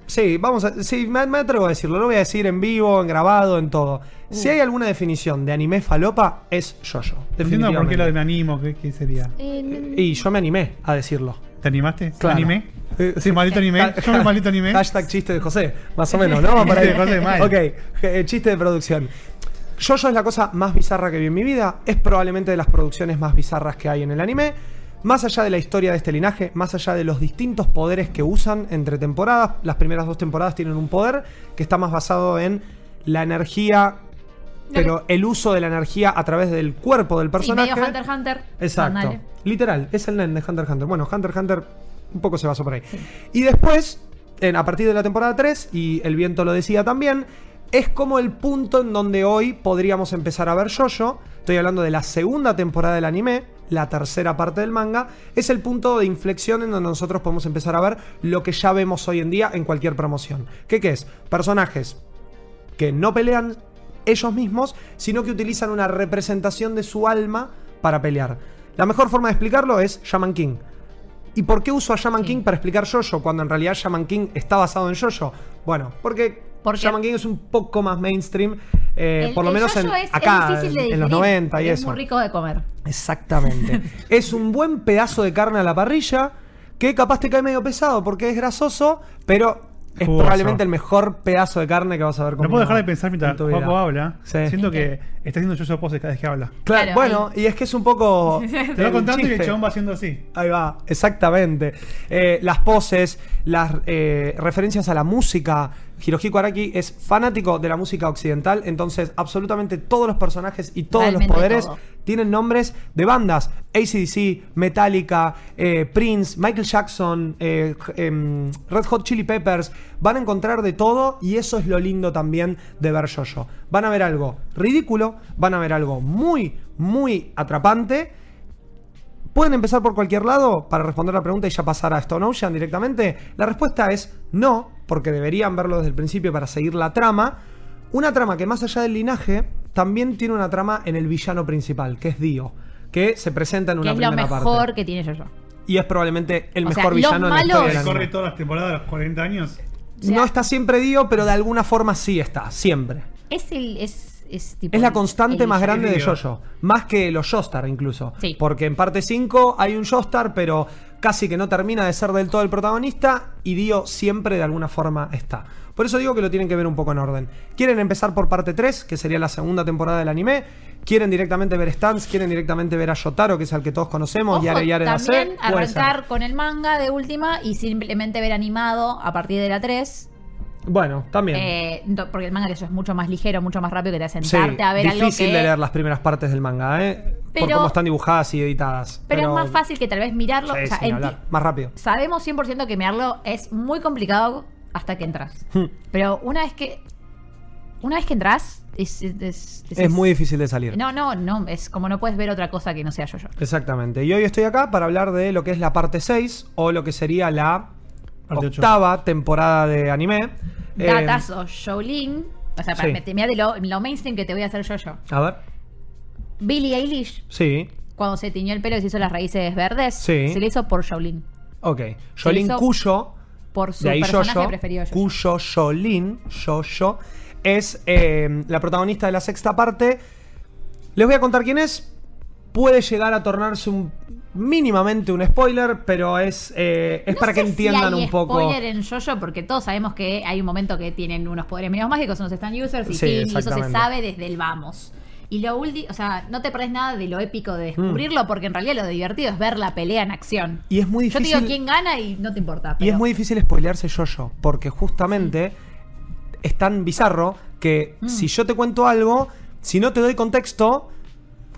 S2: Sí, vamos a... Sí, me, me atrevo a decirlo. Lo voy a decir en vivo, en grabado, en todo. Si hay alguna definición de anime falopa, es Jojo.
S3: Entiendo por qué lo
S2: definitivamente.
S3: de me animo, ¿qué, qué sería?
S2: Y yo me animé a decirlo.
S3: ¿Te animaste? ¿Sí,
S2: Claro.
S3: ¿Anime?
S2: Eh,
S3: Sí, maldito anime. Yo me maldito anime.
S2: Hashtag chiste de José, más o menos, ¿no?
S3: Chiste de José, mal.
S2: Ok, eh, chiste de producción. Jojo es la cosa más bizarra que vi en mi vida. Es probablemente de las producciones más bizarras que hay en el anime. Más allá de la historia de este linaje, más allá de los distintos poderes que usan entre temporadas, las primeras dos temporadas tienen un poder que está más basado en la energía, pero el uso de la energía a través del cuerpo del
S1: Sí,
S2: personaje.
S1: medio Hunter x Hunter.
S2: Exacto.
S1: Andale.
S2: Literal, es el nen de Hunter x Hunter. Bueno, Hunter x Hunter un poco se basó por ahí. Y después, en- a partir de la temporada 3, y el viento lo decía también, es como el punto en donde hoy podríamos empezar a ver Jojo. Estoy hablando de la segunda temporada del anime, la tercera parte del manga. Es el punto de inflexión en donde nosotros podemos empezar a ver lo que ya vemos hoy en día en cualquier promoción. ¿Qué, qué es? Personajes que no pelean ellos mismos, sino que utilizan una representación de su alma para pelear. La mejor forma de explicarlo es Shaman King. ¿Y por qué uso a Shaman King para explicar Jojo cuando en realidad Shaman King está basado en Jojo? Bueno, porque,
S1: Porque-
S2: Shaman King es un poco más mainstream, eh,
S1: El-
S2: por lo
S1: el
S2: menos en,
S1: yoyo es- es
S2: acá,
S1: difícil
S2: en,
S1: de
S2: en los
S1: digerir,
S2: 90 y
S1: es
S2: eso.
S1: muy rico de comer.
S2: Exactamente. es un buen pedazo de carne a la parrilla que capaz te cae medio pesado porque es grasoso, pero es
S3: Jugoso.
S2: probablemente el mejor pedazo de carne que vas a ver
S3: No
S2: comido
S3: puedo dejar de pensar
S2: en
S3: mientras
S2: tu vida.
S3: Juaco habla.
S2: Sí. Eh.
S3: Siento que está haciendo yo pose cada vez que habla.
S2: Claro,
S1: Claro,
S2: bueno, y es que es un poco.
S3: Te va
S2: el
S3: contando y el
S2: chiste.
S3: chabón va haciendo así.
S2: Ahí va, exactamente. Eh, las poses, las eh, referencias a la música. Hirohiko Araki es fanático de la música occidental, entonces absolutamente todos los personajes y todos
S1: Realmente
S2: los poderes
S1: todo.
S2: tienen nombres de bandas. ACDC, Metallica, eh, Prince, Michael Jackson, eh, j- em, Red Hot Chili Peppers. Van a encontrar de todo y eso es lo lindo también de ver Jojo. Van a ver algo ridículo, van a ver algo muy, muy atrapante. ¿Pueden empezar por cualquier lado para responder la pregunta y ya pasar a Stone Ocean directamente? La respuesta es no, porque deberían verlo desde el principio para seguir la trama. Una trama que más allá del linaje, también tiene una trama en el villano principal, que es Dio, que se presenta en
S1: Que
S2: una
S1: es lo
S2: primera
S1: mejor
S2: parte.
S1: que tiene Jojo.
S2: Y es probablemente el
S1: O sea,
S2: mejor
S1: los
S2: villano en la
S1: malos-
S2: historia. del
S3: Que
S2: anime.
S3: corre todas las temporadas a los 40 años.
S1: O sea-
S2: no está siempre Dio, pero de alguna forma sí está, siempre.
S1: Es el, es es tipo.
S2: Es la
S1: el-
S2: constante
S1: el-
S2: más
S1: el-
S2: grande de
S3: lío.
S2: Jojo. Más que los Joestar incluso.
S1: Sí.
S2: Porque en parte 5 hay un Joestar, pero casi que no termina de ser del todo el protagonista. Y Dio siempre de alguna forma está. Por eso digo que lo tienen que ver un poco en orden. Quieren empezar por parte 3, que sería la segunda temporada del anime. Quieren directamente ver Stans, quieren directamente ver a Yotaro, que es al que todos conocemos.
S1: Ojo,
S2: Yare Yare Nase,
S1: también
S2: puede ser.
S1: arrancar con el manga de última y simplemente ver animado a partir de la 3.
S2: Bueno, también.
S1: eh, no- porque el manga que yo es mucho más ligero, mucho más rápido que te hace
S2: Sí,
S1: sentarte a ver algo
S2: difícil
S1: que...
S2: de leer las primeras partes del manga, ¿eh? por
S1: Pero-
S2: cómo están dibujadas y editadas.
S1: Pero, es más fácil que tal vez mirarlo.
S2: Sí,
S1: o sea,
S2: sin
S1: enti-
S2: hablar. Más rápido.
S1: Sabemos 100% que mirarlo es muy complicado hasta que entras.
S2: Hmm.
S1: Pero una vez que. Una vez que entras, es, es- es-
S2: Es muy difícil de salir.
S1: No, no, no. Es como no puedes ver otra cosa que no sea yo. yo.
S2: Exactamente. Y hoy estoy acá para hablar de lo que es la parte 6 o lo que sería la
S3: Parte ocho.
S2: octava temporada de anime. Eh,
S1: Datazo, Shaolin. O sea, para
S2: sí.
S1: meter- mirá de lo, lo mainstream que te voy a hacer yo yo.
S2: a ver.
S1: Billie Eilish,
S2: Sí.
S1: cuando se tiñó el pelo y se hizo las raíces verdes,
S2: Sí.
S1: se le hizo por Shaolin.
S2: Ok. Jolín
S1: hizo
S2: Cuyo.
S1: Por su
S2: de ahí
S1: personaje
S2: Jojo,
S1: preferido. Yo,
S2: Cuyo Jolín, Jojo, es eh, la protagonista de la sexta parte. Les voy a contar quién es. Puede llegar a tornarse un mínimamente un spoiler, pero es, eh, es para que entiendan un poco.
S1: spoiler en Jojo, porque todos sabemos que hay un momento que tienen unos poderes menos mágicos, unos stand users y
S2: Sí,
S1: fin, y eso se
S2: exactamente.
S1: sabe desde el vamos. Y lo último, o sea, no te perdés nada de lo épico de descubrirlo, porque en realidad lo divertido es ver la pelea en acción.
S2: Mm. Y es muy
S1: Yo te
S2: difícil.
S1: digo quién gana y no te importa.
S2: Y es
S1: pero-
S2: muy difícil spoilearse yo-yo, porque justamente es tan bizarro que
S1: Mm.
S2: si yo te cuento algo, si no te doy contexto,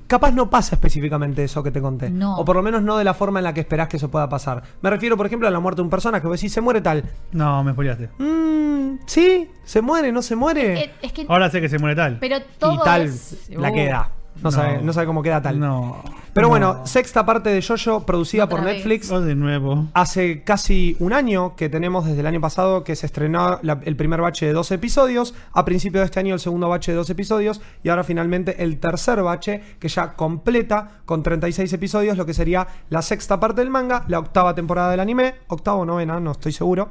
S2: capaz no pasa específicamente eso que te conté.
S1: No.
S2: O por lo menos no de la forma en la que esperás que eso pueda pasar. Me refiero, por ejemplo, a la muerte de un personaje, que vos decís, se muere tal.
S3: No, me spoileaste.
S2: Mm, sí, se muere, no se muere.
S1: Eh, es que.
S3: Ahora sé que se muere tal.
S1: Pero todo.
S2: y tal
S1: es-
S2: la
S1: Uh,
S2: queda. No,
S3: No.
S2: sabe, no sabe cómo queda tal.
S3: No.
S2: Pero
S3: No.
S2: bueno, sexta parte de Jojo, producida
S1: Otra
S2: por
S1: vez.
S2: Netflix.
S3: Oh, de nuevo.
S2: Hace casi un año que tenemos desde el año pasado que se estrenó la- el primer bache de 12 episodios, a principio de este año el segundo bache de 12 episodios y ahora finalmente el tercer bache que ya completa con 36 episodios lo que sería la sexta parte del manga, la octava temporada del anime, octavo o novena, no estoy seguro,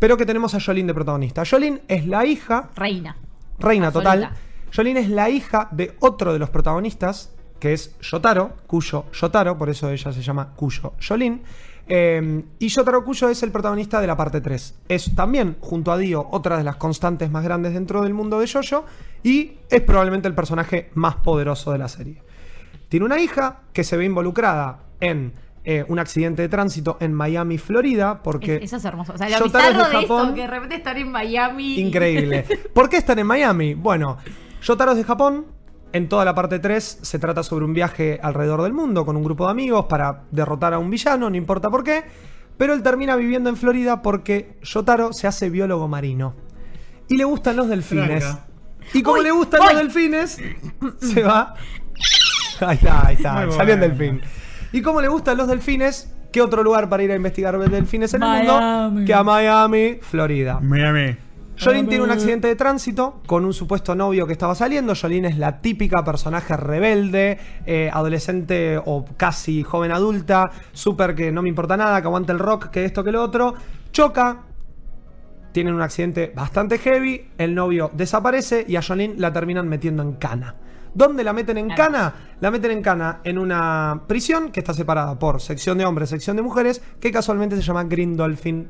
S2: pero que tenemos a Jolín de protagonista. Jolín es la hija,
S1: Reina.
S2: reina total,
S1: Absoluta.
S2: Jolín es la hija de otro de los protagonistas que es Yotaro, Cuyo Yotaro, por eso ella se llama Cuyo Jolín. Eh, y Yotaro Cuyo es el protagonista de la parte 3. Es también, junto a Dio, otra de las constantes más grandes dentro del mundo de Yoyo. Y es probablemente el personaje más poderoso de la serie. Tiene una hija que se ve involucrada en eh, un accidente de tránsito en Miami, Florida, porque...
S1: Es- eso es hermoso. O sea, lo
S2: Yotaro es
S1: bizarro de esto,
S2: Japón.
S1: que de repente estar en Miami. y-
S2: Increíble. ¿Por qué están en Miami? Bueno, Yotaro es de Japón. En toda la parte 3 se trata sobre un viaje alrededor del mundo con un grupo de amigos para derrotar a un villano, no importa por qué. Pero él termina viviendo en Florida porque Yotaro se hace biólogo marino. Y le gustan los delfines.
S3: Tranca.
S2: Y como
S1: Uy,
S2: le gustan
S1: voy.
S2: los delfines, se va. Ahí está, ahí está.
S3: Muy
S2: Salió el
S3: bueno.
S2: delfín. Y como le gustan los delfines, ¿qué otro lugar para ir a investigar delfines en el mundo?
S1: Miami.
S2: Que a Miami, Florida.
S3: Mírame.
S2: Jolín tiene un accidente de tránsito con un supuesto novio que estaba saliendo. Jolín es la típica personaje rebelde, eh, adolescente o casi joven adulta, súper que no me importa nada, que aguanta el rock, que esto, que lo otro. Choca, tienen un accidente bastante heavy, el novio desaparece y a Jolene la terminan metiendo en cana. ¿Dónde la meten en
S1: Hermoso.
S2: cana? La meten en cana en una prisión que está separada por sección de hombres, sección de mujeres, que casualmente se llama Green Dolphin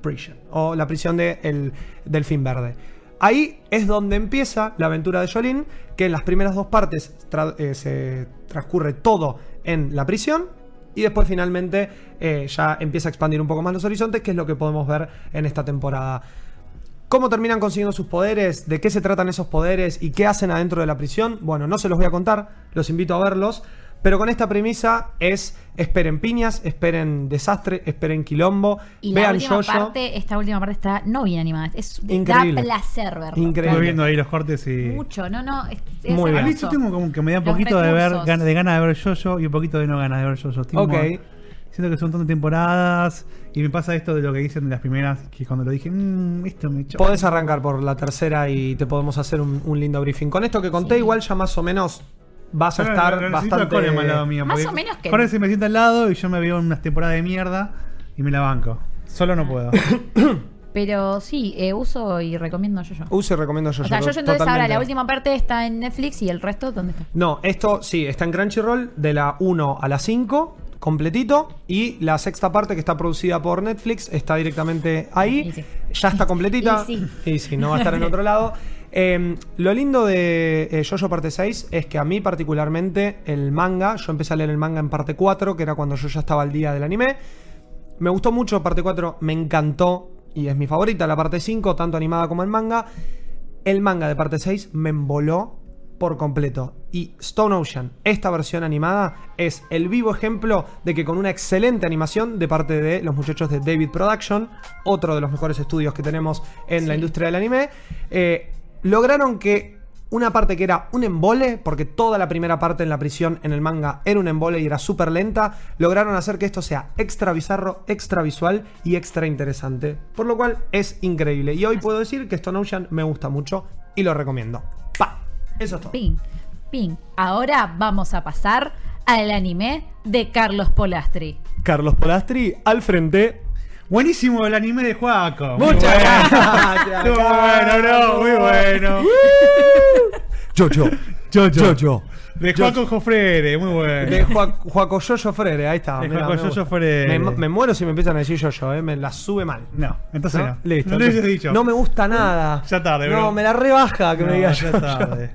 S2: Prison, o la prisión del delfín verde. Ahí es donde empieza la aventura de Jolene, que en las primeras dos partes tra- eh, se transcurre todo en la prisión, y después finalmente eh, ya empieza a expandir un poco más los horizontes, que es lo que podemos ver en esta temporada. ¿Cómo terminan consiguiendo sus poderes? ¿De qué se tratan esos poderes? ¿Y qué hacen adentro de la prisión? Bueno, no se los voy a contar, los invito a verlos. Pero con esta premisa es esperen piñas, esperen desastre, esperen quilombo,
S1: Y la
S2: vean
S1: última
S2: yo
S1: parte, esta última parte está no bien animada. Es
S2: Increíble.
S1: da placer verlo.
S2: Increíble.
S3: Estuve viendo ahí los cortes y.
S1: Mucho, no, no. Es, es
S2: Muy bien.
S3: A mí
S1: hermoso.
S3: yo tengo como que me da un
S1: Los
S3: poquito de ver
S1: recursos.
S3: gana- de ganas de ver yo-yo y un poquito de no ganas de ver yo-yo. Estoy como-
S2: Ok.
S3: Siento que son tantas temporadas y me pasa esto de lo que dicen de las primeras, que cuando lo dije, mmm, esto me choca.
S2: Podés arrancar por la tercera y te podemos hacer un, un lindo briefing. Con esto que conté, igual ya más o menos vas a
S3: Ahora
S2: estar
S3: Eh, necesito a
S2: bastante.
S3: Coleman al lado mío,
S1: Más
S3: porque
S1: o menos que-
S3: Jorge se me sienta al lado y yo me veo en unas temporadas de mierda y me la banco. Solo no puedo.
S1: Pero sí, eh, uso y recomiendo yo.
S2: Uso y recomiendo yo
S1: O sea, yo entonces ahora la última parte está en Netflix y el resto, ¿dónde está?
S2: No, esto sí, está en Crunchyroll de la 1 a la 5, completito. Y la sexta parte que está producida por Netflix está directamente ahí.
S1: Y sí.
S2: Ya está completita.
S1: Y sí.
S2: Y sí, no va a estar en otro lado. Eh, lo lindo de eh, Jojo parte 6 es que a mí particularmente el manga, yo empecé a leer el manga en parte 4, que era cuando yo ya estaba al día del anime. Me gustó mucho parte 4, me encantó y es mi favorita, la parte 5, tanto animada como en manga. El manga de parte 6 me emboló por completo. Y Stone Ocean, esta versión animada, es el vivo ejemplo de que con una excelente animación de parte de los muchachos de David Production, otro de los mejores estudios que tenemos en la industria del anime, eh, lograron que una parte que era un embole, porque toda la primera parte en la prisión en el manga era un embole y era súper lenta, lograron hacer que esto sea extra bizarro, extra visual y extra interesante. Por lo cual es increíble. Y hoy puedo decir que Stone Ocean me gusta mucho y lo recomiendo. ¡Pa! Eso es todo.
S1: Ping, ping. Ahora vamos a pasar al anime de Carlos Polastri.
S2: Carlos Polastri al frente.
S3: Buenísimo el anime de Juaco. Muy
S2: Muchas
S3: bueno.
S2: gracias.
S3: Muy bueno, bro, muy bueno.
S2: Yo, yo.
S3: Yo, yo.
S2: yo.
S3: De Juaco Jofrere, muy bueno.
S2: De Juaco Juaco Yoyo Frere, ahí está.
S3: De
S2: mirá,
S3: Juaco
S2: me gusta.
S3: Yoyo Frere.
S2: Me, me muero si me empiezan a decir Yoyo, eh, me la sube mal.
S3: No, entonces no.
S2: Listo.
S3: No lo
S2: entonces,
S3: hubieses dicho. Uh,
S2: No me gusta nada.
S3: Ya tarde,
S2: No,
S3: bro.
S2: me la rebaja que me
S3: No,
S2: diga
S3: ya
S2: Yoyo.
S3: tarde.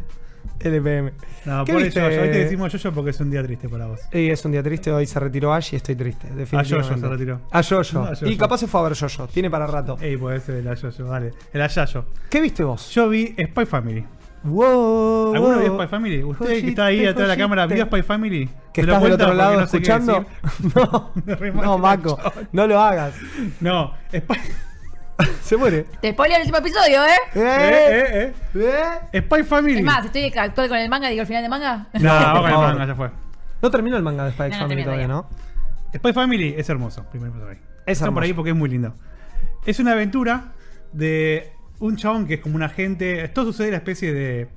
S2: LPM.
S3: No,
S2: ¿Qué
S3: por
S2: viste?
S3: eso, hoy te decimos Yoyo porque es un día triste para vos.
S2: Y es un día triste, hoy se retiró Ash y estoy triste, definitivamente.
S3: se retiró.
S2: A Yoyo.
S3: No, a Yoyo. Eh.
S2: y capaz se fue a ver Yoyo, tiene para rato.
S3: Ey, puede ser el Ayoyo, dale. El Ayayo.
S2: ¿Qué viste vos?
S3: Yo vi Spy Family.
S2: Wow.
S3: ¿Alguno vio Spy Family? ¿Usted que está ahí
S2: Joyita,
S3: atrás de la cámara vio
S2: joyita.
S3: Spy Family?
S2: que
S3: ¿Me lo
S2: estás del
S3: cuenta?
S2: otro lado
S3: Porque no sé qué
S2: escuchando. No,
S3: Me re
S2: no,
S3: imagino,
S2: Maco,
S3: chabón.
S2: no lo hagas.
S3: decir. No, Spy...
S2: Se muere.
S1: Te spoileo el último episodio, ¿eh?
S2: Eh,
S3: Eh,
S2: eh,
S3: eh,
S2: eh.
S3: eh. Spy Family.
S1: Es más, estoy actual con el manga, digo el final de manga.
S3: No, vamos
S2: por
S3: con el
S2: favor.
S3: manga, ya fue.
S2: No terminó el manga de Spike
S1: No, no
S2: Family
S1: terminó
S2: todavía,
S1: todavía.
S2: ¿no?
S3: Spy Family es hermoso. Primero por ahí.
S2: Es
S3: Está por
S2: hermoso.
S3: ahí porque es muy lindo. Es una aventura de un chabón que es como un agente. Esto sucede en la especie de.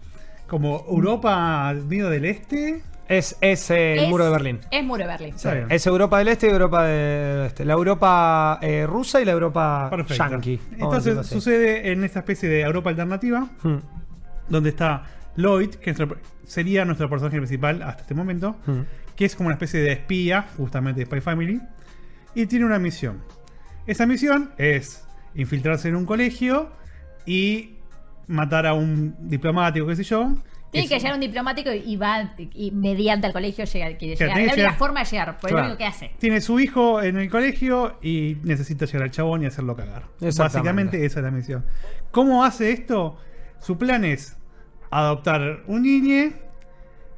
S3: Como Europa medio del este.
S2: Es, es eh, el
S1: Es-
S2: muro de Berlín.
S1: Es Muro de Berlín.
S3: Está bien.
S2: Es Europa del Este y Europa del Este. La Europa eh, rusa y la Europa
S3: Perfecto.
S2: yankee. vamos a decirlo
S3: Entonces
S2: así.
S3: sucede en esta especie de Europa alternativa.
S2: Hmm.
S3: donde está Lloyd, que es nuestro- sería nuestro personaje principal hasta este momento,
S2: Hmm.
S3: que es como una especie de espía, justamente de Spy Family, y tiene una misión. Esa misión es infiltrarse en un colegio y matar a un diplomático, qué sé yo.
S1: Tiene que
S3: es-
S1: llegar un diplomático y va y mediante el colegio llega, quiere llegar.
S3: Claro, tiene
S1: Es
S3: que
S1: la única
S3: llegar.
S1: forma de llegar, por lo
S2: Claro.
S1: único que hace.
S3: Tiene su hijo en el colegio y necesita llegar al chabón y hacerlo cagar.
S2: Exactamente.
S3: Básicamente esa es la misión. ¿Cómo hace esto? Su plan es adoptar un niño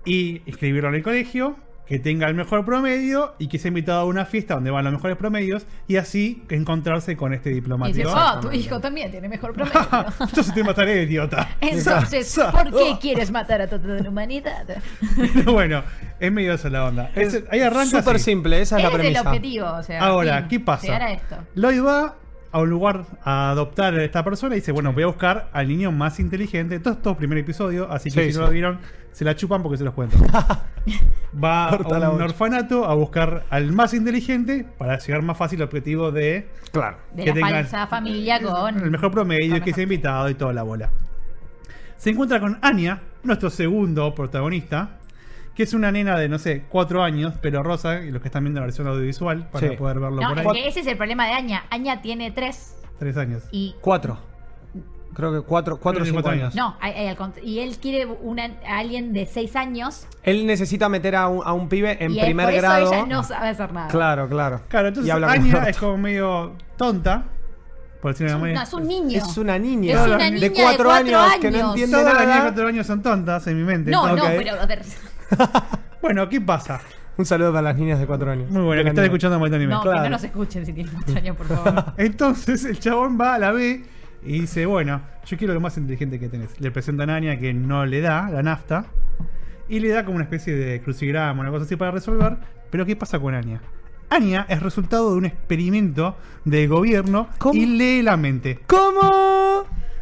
S3: y inscribirlo en el colegio, que tenga el mejor promedio y que sea invitado a una fiesta donde van los mejores promedios y así encontrarse con este
S1: Y dice,
S3: diplomático.
S1: oh, tu hijo también tiene mejor promedio.
S3: Entonces te mataré, idiota.
S1: Entonces,
S3: Sa- oh. sa-
S1: ¿por qué quieres matar a toda la humanidad?
S3: bueno, es medio esa la onda. Es- ahí arranca
S2: Súper
S3: así.
S2: simple, esa es
S1: Ese
S2: la
S1: es el
S2: premisa.
S1: objetivo, o sea.
S3: Ahora,
S1: fin,
S3: ¿qué pasa?
S1: Llegar a esto.
S3: Lloyd va a un lugar a adoptar a esta persona y dice, bueno, voy a buscar al niño más inteligente. Todo esto es primer episodio, así que
S2: Sí,
S3: si
S2: sí.
S3: no lo vieron, se la chupan porque se los cuento. va
S2: Corta la
S3: a un
S2: bocha.
S3: orfanato a buscar al más inteligente para llegar más fácil al objetivo de
S2: Claro.
S1: De
S3: Que
S1: la
S3: tenga-
S1: falsa familia con.
S3: el mejor promedio, que sea invitado y toda la bola. Se encuentra con Anya, nuestro segundo protagonista, que es una nena de, no sé, cuatro años, pero rosa, y los que están viendo la versión audiovisual, para
S2: Sí.
S3: poder verlo
S1: No,
S3: por
S1: es
S3: ahí.
S1: que ese es el problema de Aña. Aña tiene tres
S3: Tres años.
S1: y.
S2: Cuatro. Creo que cuatro, cuatro o
S3: que
S2: cinco
S3: cuatro
S2: años.
S1: No, hay- hay al cont- y él quiere una, a alguien de seis años.
S2: Él necesita meter a un, a un pibe en
S1: y él-
S2: primer
S1: por eso
S2: grado.
S1: ella no sabe hacer nada.
S2: Claro, claro.
S3: Claro, entonces
S2: Y habla como
S3: Anya
S2: orto.
S3: es como medio tonta, por decirlo de
S1: Es
S3: una
S1: un,
S3: manera.
S1: es un niño.
S2: Es una niña,
S1: Es una
S2: de
S1: niña de
S2: cuatro
S1: cuatro
S2: años, que no
S1: años.
S2: entiende
S3: Todas las niñas de
S2: nada.
S3: 4 años son tontas en mi mente.
S1: No,
S3: Entonces,
S1: no,
S2: Ok.
S1: pero. a ver,
S3: Bueno, ¿qué pasa?
S2: Un saludo para las niñas de cuatro años.
S3: Muy bueno, que estás escuchando Maldito Anime.
S1: no, que
S2: claro.
S1: no nos escuchen si tienen cuatro años, por favor.
S3: Entonces el chabón va a la B y dice, bueno, yo quiero lo más inteligente que tenés. Le presenta a Nania que no le da la nafta y le da como una especie de crucigrama, una cosa así para resolver. Pero ¿qué pasa con Anya? Anya es resultado de un experimento del gobierno
S2: ¿Cómo?
S3: y lee la mente.
S2: ¿Cómo?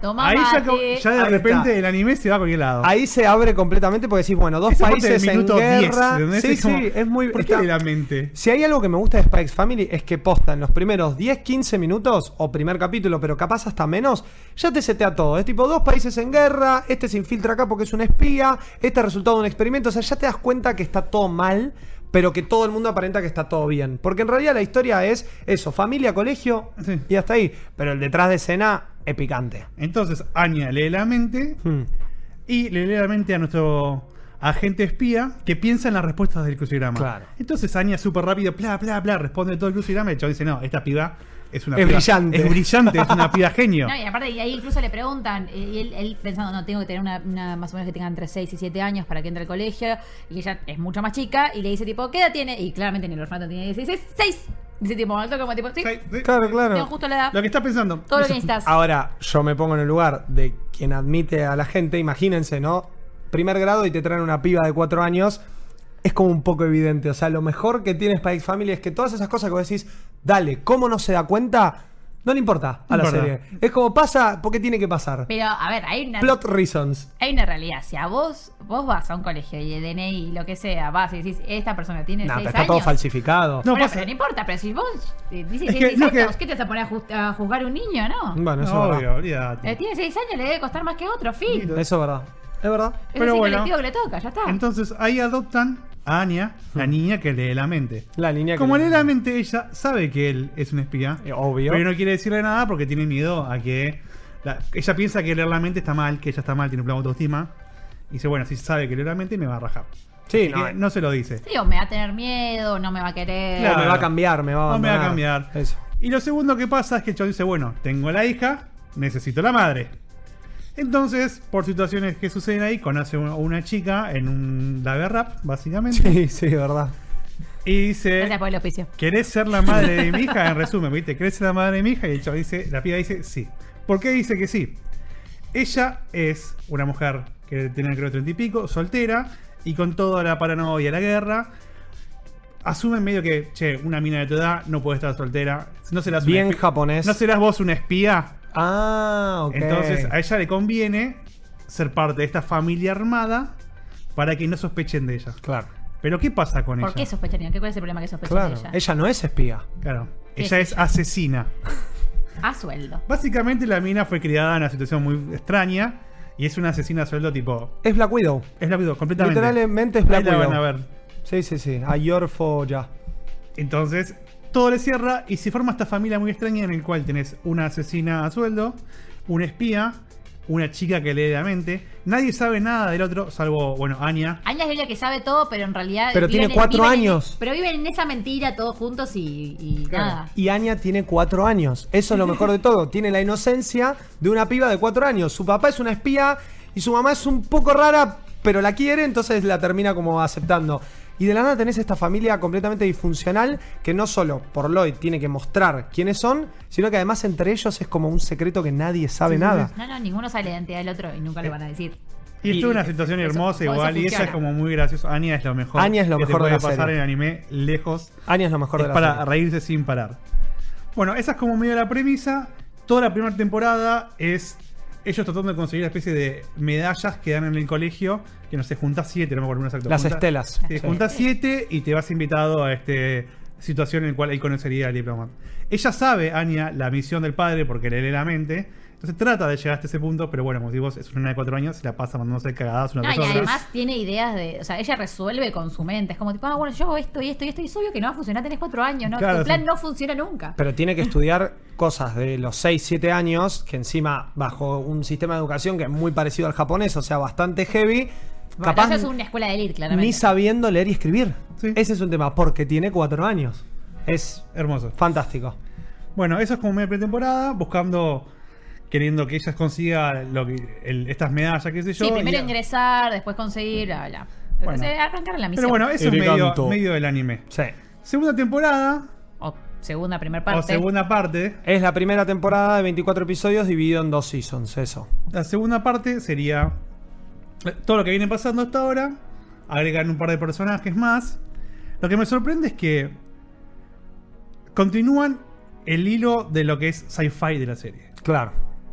S1: Toma
S3: Ahí ya,
S1: mate.
S3: co- ya de
S2: Ahí
S3: repente
S2: está.
S3: el anime se va a cualquier lado.
S2: Ahí se abre completamente porque decís, bueno, dos
S3: Esa parte
S2: países
S3: del
S2: en
S3: minuto 10,
S2: guerra.
S3: ¿entendés?
S2: sí, sí,
S3: como,
S2: es muy.
S3: ¿Por
S2: está-
S3: qué la mente?
S2: Si hay algo que me gusta de Spikes Family es que postan los primeros 10, 15 minutos o primer capítulo, pero capaz hasta menos, ya te setea todo. Es tipo dos países en guerra, este se infiltra acá porque es un espía, este es resultado de un experimento, o sea, ya te das cuenta que está todo mal. Pero que todo el mundo aparenta que está todo bien. Porque en realidad la historia es eso: familia, colegio
S3: Sí.
S2: y hasta ahí. Pero el detrás de escena es picante.
S3: Entonces, Anya lee la mente
S2: Hmm.
S3: y le lee la mente a nuestro agente espía que piensa en las respuestas del crucigrama.
S2: Claro.
S3: Entonces, Anya súper rápido, bla, bla, bla, responde todo el crucigrama. Y el chabón dice: No, esta piba es una
S2: Es
S3: piba-
S2: brillante.
S3: Es brillante, es una piba genio.
S1: No, y aparte, y ahí incluso le preguntan, eh, y él, él pensando, no, tengo que tener una, una más o menos que tenga entre 6 y 7 años para que entre al colegio, y ella es mucho más chica, y le dice, tipo, ¿qué edad tiene? Y claramente en el orfanato tiene 16, 6. Dice, tipo, alto como, tipo, sí,
S3: Sí, sí.
S2: Claro, claro.
S1: tengo justo la edad,
S3: Lo que Ah. está pensando.
S1: todo lo que
S3: Eso.
S1: necesitas.
S2: Ahora, yo me pongo en el lugar de quien admite a la gente, imagínense, ¿no? Primer grado y te traen una piba de cuatro años, es como un poco evidente. O sea, lo mejor que tiene Spike Family es que todas esas cosas que vos decís, dale, ¿cómo no se da cuenta? No le importa a
S3: No
S2: la
S3: importa.
S2: serie. Es como pasa porque tiene que pasar.
S1: Pero, a ver, hay una,
S2: Plot reasons.
S1: hay una realidad. Si a vos, vos vas a un colegio y el DNI, lo que sea, vas y decís, esta persona tiene 6
S2: No, pero
S1: años.
S2: está todo falsificado.
S3: No,
S1: No, bueno,
S3: pasa-
S1: pero no importa, pero si vos eh, dices
S3: Es que-
S1: 16
S3: no, que-
S1: años, ¿qué te vas a poner a, juz- a juzgar un niño, no?
S2: Bueno, eso
S3: No,
S2: es
S3: obvio,
S2: verdad.
S3: olvídate.
S1: Eh, tiene 6 años, le debe costar más que otro, fin.
S3: Listo.
S2: Eso es verdad. Es verdad.
S1: Es
S3: Pero
S1: el
S3: bueno.
S1: colectivo que le toca, ya está.
S3: Entonces ahí adoptan a Anya, la niña que lee la mente.
S2: La niña que
S3: Como
S2: lee
S3: lee
S2: la
S3: la mente, ella sabe que él es un espía.
S2: Eh, obvio.
S3: Pero no quiere decirle nada porque tiene miedo a que. la- ella piensa que leer la mente está mal, que ella está mal, tiene un plan de autoestima. Y dice, bueno, si sabe que leo la mente, me va a rajar.
S2: Sí,
S3: Así
S2: no,
S3: que
S2: eh.
S3: no se lo dice.
S1: Sí, o me va a tener miedo, no me va a querer.
S2: O me va a
S3: Claro.
S2: cambiar, me va a
S3: No me va a
S2: abandonar.
S3: cambiar.
S2: Eso.
S3: Y lo segundo que pasa es que el chabón dice, bueno, tengo la hija, necesito la madre. Entonces, por situaciones que suceden ahí, conoce a una- una chica en un live rap, básicamente.
S2: Sí, sí, es verdad.
S3: Y dice,
S1: Gracias por el auspicio.
S3: ¿Querés ser la madre de mi hija? En resumen, ¿viste? ¿Querés ser la madre de mi hija? Y el chavo dice, la piba dice sí. ¿Por qué dice que sí? Ella es una mujer que tiene creo treinta y pico, soltera, y con toda la paranoia, la guerra. Asume medio que, che, una mina de tu edad no puede estar soltera. No serás una
S2: Bien
S3: espi-
S2: japonés.
S3: ¿No serás vos una espía?
S2: Ah, ok.
S3: Entonces a ella le conviene ser parte de esta familia armada para que no sospechen de ella.
S2: Claro.
S3: Pero ¿qué pasa con
S1: ¿Por
S3: ella?
S1: qué sospecharían? ¿Qué- ¿Cuál es el problema que sospechan
S2: Claro,
S1: de ella?
S2: ella. no es espía.
S3: Claro.
S1: ¿Qué
S3: Ella
S1: es
S3: es asesina.
S1: A sueldo.
S3: Básicamente la mina fue criada en una situación muy extraña y es una asesina a sueldo tipo...
S2: Es Black Widow.
S3: Es la Widow, completamente.
S2: Literalmente es Black
S3: Ahí la
S2: Widow.
S3: van a ver.
S2: Sí, sí, sí. A your fo- ya.
S3: Entonces, todo le cierra y se forma esta familia muy extraña en el cual tenés una asesina a sueldo, un espía, una chica que lee la mente. Nadie sabe nada del otro, salvo, bueno, Anya.
S1: Añas es la que sabe todo, pero en realidad.
S2: Pero
S1: viven
S2: tiene
S1: en-
S2: cuatro
S1: viven en-
S2: años.
S1: pero viven en esa mentira todos juntos y, y
S3: Claro.
S1: nada.
S2: Y Anya tiene cuatro años. Eso es lo mejor de todo. Tiene la inocencia de una piba de cuatro años. Su papá es una espía y su mamá es un poco rara, pero la quiere, entonces la termina como aceptando. Y de la nada tenés esta familia completamente disfuncional que no solo por Lloyd tiene que mostrar quiénes son, sino que además entre ellos es como un secreto que nadie sabe nada. Eh,
S1: No, no, ninguno sabe la identidad del otro y nunca le van a decir.
S3: Y,
S2: Y
S3: esto es una situación
S1: eso-
S3: hermosa
S1: eso
S3: igual y ella
S1: funciona.
S3: es como muy graciosa. Anya es lo mejor.
S2: Anya es lo
S3: que
S2: mejor de
S3: te puede
S2: la
S3: pasar
S2: serie.
S3: en anime lejos.
S2: Anya es lo mejor
S3: Es
S2: de la
S3: para
S2: serie.
S3: reírse sin parar. Bueno, esa es como medio la premisa. Toda la primera temporada es ellos tratando de conseguir una especie de medallas que dan en el colegio, que no sé, juntas siete, no me acuerdo un exacto.
S2: Las
S3: Juntás-
S2: estelas.
S3: Sí, juntas siete y te vas invitado a este situación en la cual él conocería al diploma. Ella sabe, Anya, la misión del padre porque le lee la mente. Entonces trata de llegar hasta ese punto, pero bueno, como digo, es una nena de cuatro años, se la pasa mandándose cagadas una
S1: No,
S3: tras
S1: y
S3: otra.
S1: además tiene ideas de. O sea, ella resuelve con su mente. Es como tipo, ah, bueno, yo hago esto y esto y esto. Y es obvio que no va a funcionar. Tenés cuatro años, ¿no?
S3: Claro,
S1: tu plan
S3: sí.
S1: no funciona nunca.
S2: Pero tiene que estudiar cosas de los 6, 7 años, que encima bajo un sistema de educación que es muy parecido al japonés, o sea, bastante heavy,
S1: Bueno,
S2: capaz
S1: eso es una escuela de elite, claramente.
S2: ni sabiendo leer y escribir.
S3: Sí.
S2: Ese es un tema, porque tiene 4 años. Es
S3: Hermoso.
S2: fantástico.
S3: Bueno, eso es como media pretemporada, buscando, queriendo que ellas consiga lo que, el- estas medallas, qué sé yo.
S1: Sí, primero
S3: y-
S1: ingresar, después conseguir, bla, bla.
S3: Bueno.
S1: Entonces, arrancar la misión.
S3: Pero bueno, eso es medio,
S2: Eleganto.
S3: medio del anime.
S2: Sí.
S3: Segunda temporada,
S1: O segunda, primera parte.
S3: o segunda parte.
S2: Es la primera temporada de 24 episodios dividido en dos seasons, eso.
S3: La segunda parte sería todo lo que viene pasando hasta ahora. Agregan un par de personajes más. Lo que me sorprende es que continúan el hilo de lo que es sci-fi de la serie.
S2: Claro.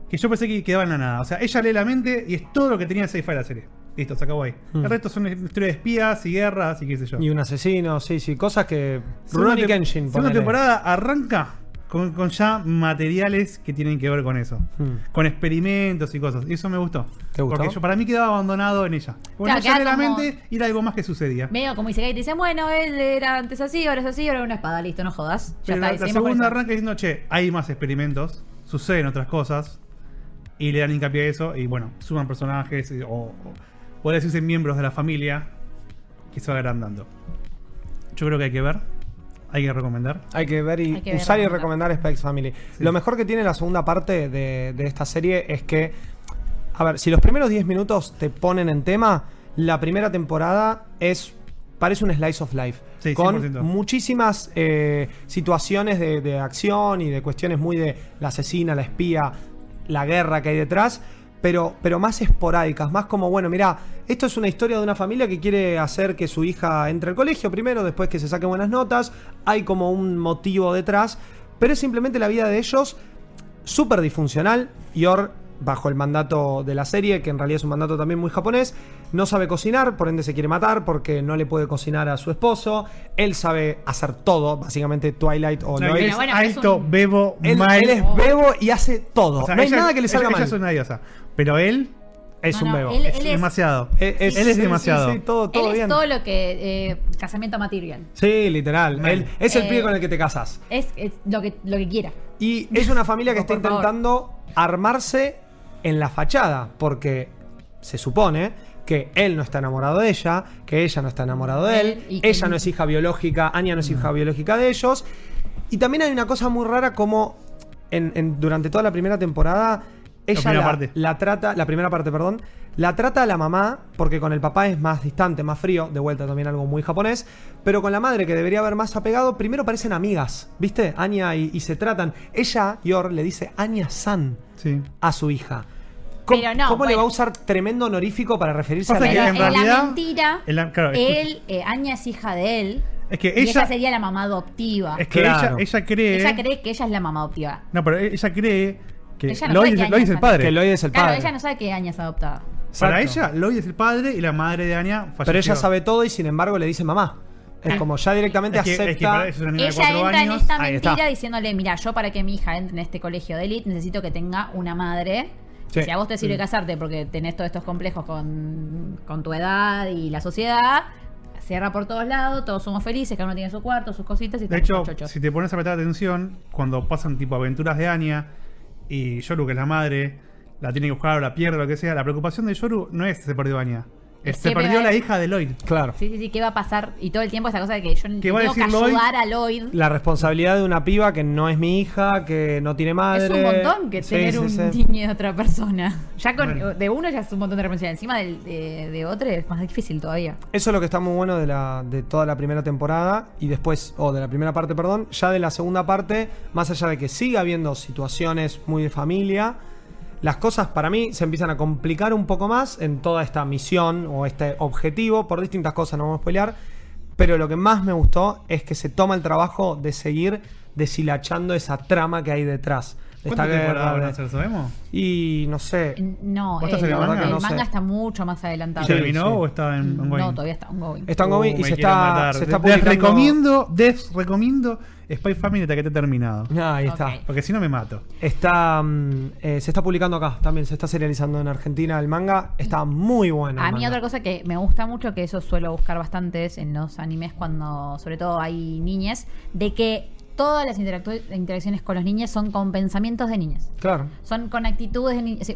S3: que yo pensé que quedaba en la nada. O sea, ella lee la mente y es todo lo que tenía sci la serie. Listo, se acabó ahí.
S2: Hmm.
S3: El resto son historias de espías y guerras y qué sé yo.
S2: Y un asesino, sí, sí. Cosas que.
S3: Segunda
S2: Ronnie
S3: tem-
S2: Kenshin.
S3: Segunda
S2: ponele.
S3: temporada arranca con, con ya materiales que tienen que ver con eso.
S2: Hmm.
S3: Con experimentos y cosas. Y eso me gustó.
S2: ¿Te gustó?
S3: Porque yo, para mí quedaba abandonado en ella. Bueno,
S1: Claro,
S3: ya de
S1: queda
S3: la
S1: como-
S3: mente y era algo más que sucedía.
S1: Medio como dice Gay, te dicen, bueno, él era antes así, ahora es así, ahora era una espada, listo, no jodas. Ya
S3: Pero
S1: está,
S3: la, la
S1: decidimos con
S3: segunda
S1: eso.
S3: arranca diciendo, che, hay más experimentos, suceden otras cosas, y le dan hincapié a eso, y bueno, suman personajes, y- o, o podría decirse miembros de la familia, que se va agrandando. Yo creo que hay que ver, hay que recomendar.
S2: Hay que ver y
S1: Hay que ver,
S2: usar y
S1: recomendar.
S2: recomendar Space Family. Lo mejor que tiene la segunda parte de, de esta serie es que, a ver, si los primeros 10 minutos te ponen en tema, la primera temporada es parece un slice of life.
S3: Sí,
S2: con
S3: 100%.
S2: muchísimas eh, situaciones de, de acción y de cuestiones muy de la asesina, la espía, la guerra que hay detrás. Pero, pero más esporádicas, más como, bueno, mira, esto es una historia de una familia que quiere hacer que su hija entre al colegio primero, después que se saque buenas notas, hay como un motivo detrás, pero es simplemente la vida de ellos súper disfuncional. Yor, bajo el mandato de la serie, que en realidad es un mandato también muy japonés, no sabe cocinar, por ende se quiere matar porque no le puede cocinar a su esposo. Él sabe hacer todo, básicamente Twilight o
S3: No,
S2: no.
S3: él
S2: Él,
S3: es
S1: bueno, es
S3: alto,
S1: un-
S3: bebo,
S2: él-
S3: mal.
S2: él es bebo y hace todo.
S3: O sea,
S2: no hay
S3: ella-
S2: nada que le salga
S3: ella-
S2: mal.
S3: ella es una diosa. Pero él
S2: Es
S1: No,
S2: un
S1: no,
S2: bebo.
S1: él-
S3: es, demasiado.
S2: Eh, es-
S3: él es
S2: sí, sí,
S3: demasiado.
S2: Sí, todo, todo
S1: Él es
S2: bien.
S1: todo lo que. eh, casamiento material.
S2: Sí, literal.
S3: Mal.
S2: Él- es el
S1: Eh,
S2: pibe con el que te casas.
S1: Es, es lo, que, lo que quiera.
S2: Y es una familia
S1: No,
S2: que está
S1: por favor.
S2: intentando armarse en la fachada, porque se supone que él no está enamorado de ella, que ella no está enamorada de él,
S1: Él y que
S2: ella
S1: él-
S2: no es hija biológica, Anya no es hija biológica de ellos. Y también hay una cosa muy rara como en- en- durante toda la primera temporada, ella
S3: primera
S2: la-
S3: parte.
S2: la trata, la primera parte, perdón, la trata a la mamá, porque con el papá es más distante, más frío, de vuelta también algo muy japonés, pero con la madre que debería haber más apegado, primero parecen amigas, ¿viste? Anya y, y se tratan. Ella, Yor, le dice Anya-san
S3: Sí.
S2: a su hija. ¿Cómo,
S1: Pero no, pues-
S2: cómo le
S1: bueno.
S2: va a usar tremendo honorífico para referirse
S3: Pasa
S2: a
S3: que
S2: la
S1: Pero
S3: en
S1: en la
S3: realidad-
S1: mentira,
S3: en la- claro, escucha.
S1: él, eh, Anya es hija de él.
S3: Es que
S1: y ella,
S3: ella-
S1: sería la mamá adoptiva.
S3: Es que
S2: Claro.
S3: ella, ella cree.
S1: Ella cree que ella es la mamá adoptiva.
S3: No, pero ella cree que
S1: Ella no
S3: Lloyd,
S1: sabe qué
S3: es, Lloyd es
S1: año
S3: el
S1: salió.
S3: padre.
S2: que Lloyd es el
S1: claro,
S2: padre.
S1: ella no sabe que Anya es adoptada.
S3: Para
S2: Exacto.
S3: ella, Lloyd es el padre y la madre de Anya falleció.
S2: Pero ella sabe todo y sin embargo le dice mamá.
S1: Ah.
S2: Es como ya directamente
S3: Es que, es que
S2: acepta.
S3: para- es una niña de
S1: Ella
S3: cuatro
S1: entra en
S3: años.
S1: esta
S2: ahí
S1: mentira
S2: está.
S1: diciéndole, mira, yo para que mi hija entre en este colegio de élite necesito que tenga una madre.
S2: Sí.
S1: Y Si a vos te sirve casarte porque tenés todos estos complejos con, con tu edad y la sociedad, cierra por todos lados, todos somos felices, cada uno tiene su cuarto, sus cositas y
S3: De
S1: estamos
S3: hecho,
S1: todos chochos.
S3: si te pones a prestar atención, cuando pasan tipo aventuras de Anya y Yoru, que es la madre, la tiene que buscar o la pierde o lo que sea, la preocupación de Yoru no es se perdió Anya. Es se
S1: Siempre
S3: perdió
S1: va-
S3: la hija de Lloyd.
S2: Claro.
S1: Sí, sí, sí, ¿qué va a pasar? Y todo el tiempo esa cosa de que yo
S3: ¿Qué va a
S1: tengo que
S3: decir Lloyd?
S1: ayudar a Lloyd.
S2: La responsabilidad de una piba que no es mi hija, que no tiene madre.
S1: Es un montón que
S2: Sí,
S1: tener
S2: sí,
S1: un
S2: sí.
S1: niño de otra persona. Ya con,
S3: Bueno.
S1: de uno ya es un montón de responsabilidad. Encima del- de, de otro es más difícil todavía.
S2: Eso es lo que está muy bueno de, la, de toda la primera temporada y después, o de la primera parte, perdón, ya de la segunda parte, más allá de que siga habiendo situaciones muy de familia, las cosas para mí se empiezan a complicar un poco más en toda esta misión o este objetivo, por distintas cosas, no vamos a spoilear, pero lo que más me gustó es que se toma el trabajo de seguir deshilachando esa trama que hay detrás. de esta
S3: ¿Cuántas temporadas
S2: guerra,
S3: van a
S2: de-
S3: hacer, sabemos?
S2: Y no sé,
S1: No,
S3: ¿Vos
S1: el,
S3: estás en el
S1: el
S3: manga?
S1: manga,
S2: No sé.
S1: está mucho más
S3: ¿Y
S1: adelantado.
S2: Sí,
S3: terminó
S2: sí.
S3: o está en en
S1: No,
S3: going?
S1: todavía está ongoing.
S2: está en Gobi
S3: Uh,
S2: y
S3: me
S2: se
S3: quiero
S2: está,
S3: matar.
S2: se está
S3: Les
S2: publicando-
S3: recomiendo, les recomiendo Spy Family hasta que esté terminado.
S2: Ahí está.
S1: Ok.
S3: Porque si no me mato.
S2: Está mm, eh, se está publicando acá también, se está serializando en Argentina el manga, está muy bueno. el
S1: A mí
S2: manga.
S1: otra cosa que me gusta mucho, que eso suelo buscar bastante es en los animes cuando, sobre todo hay niñas, de que todas las interactu- interacciones con los niños son con pensamientos de niñas.
S2: Claro.
S1: son con actitudes de niños.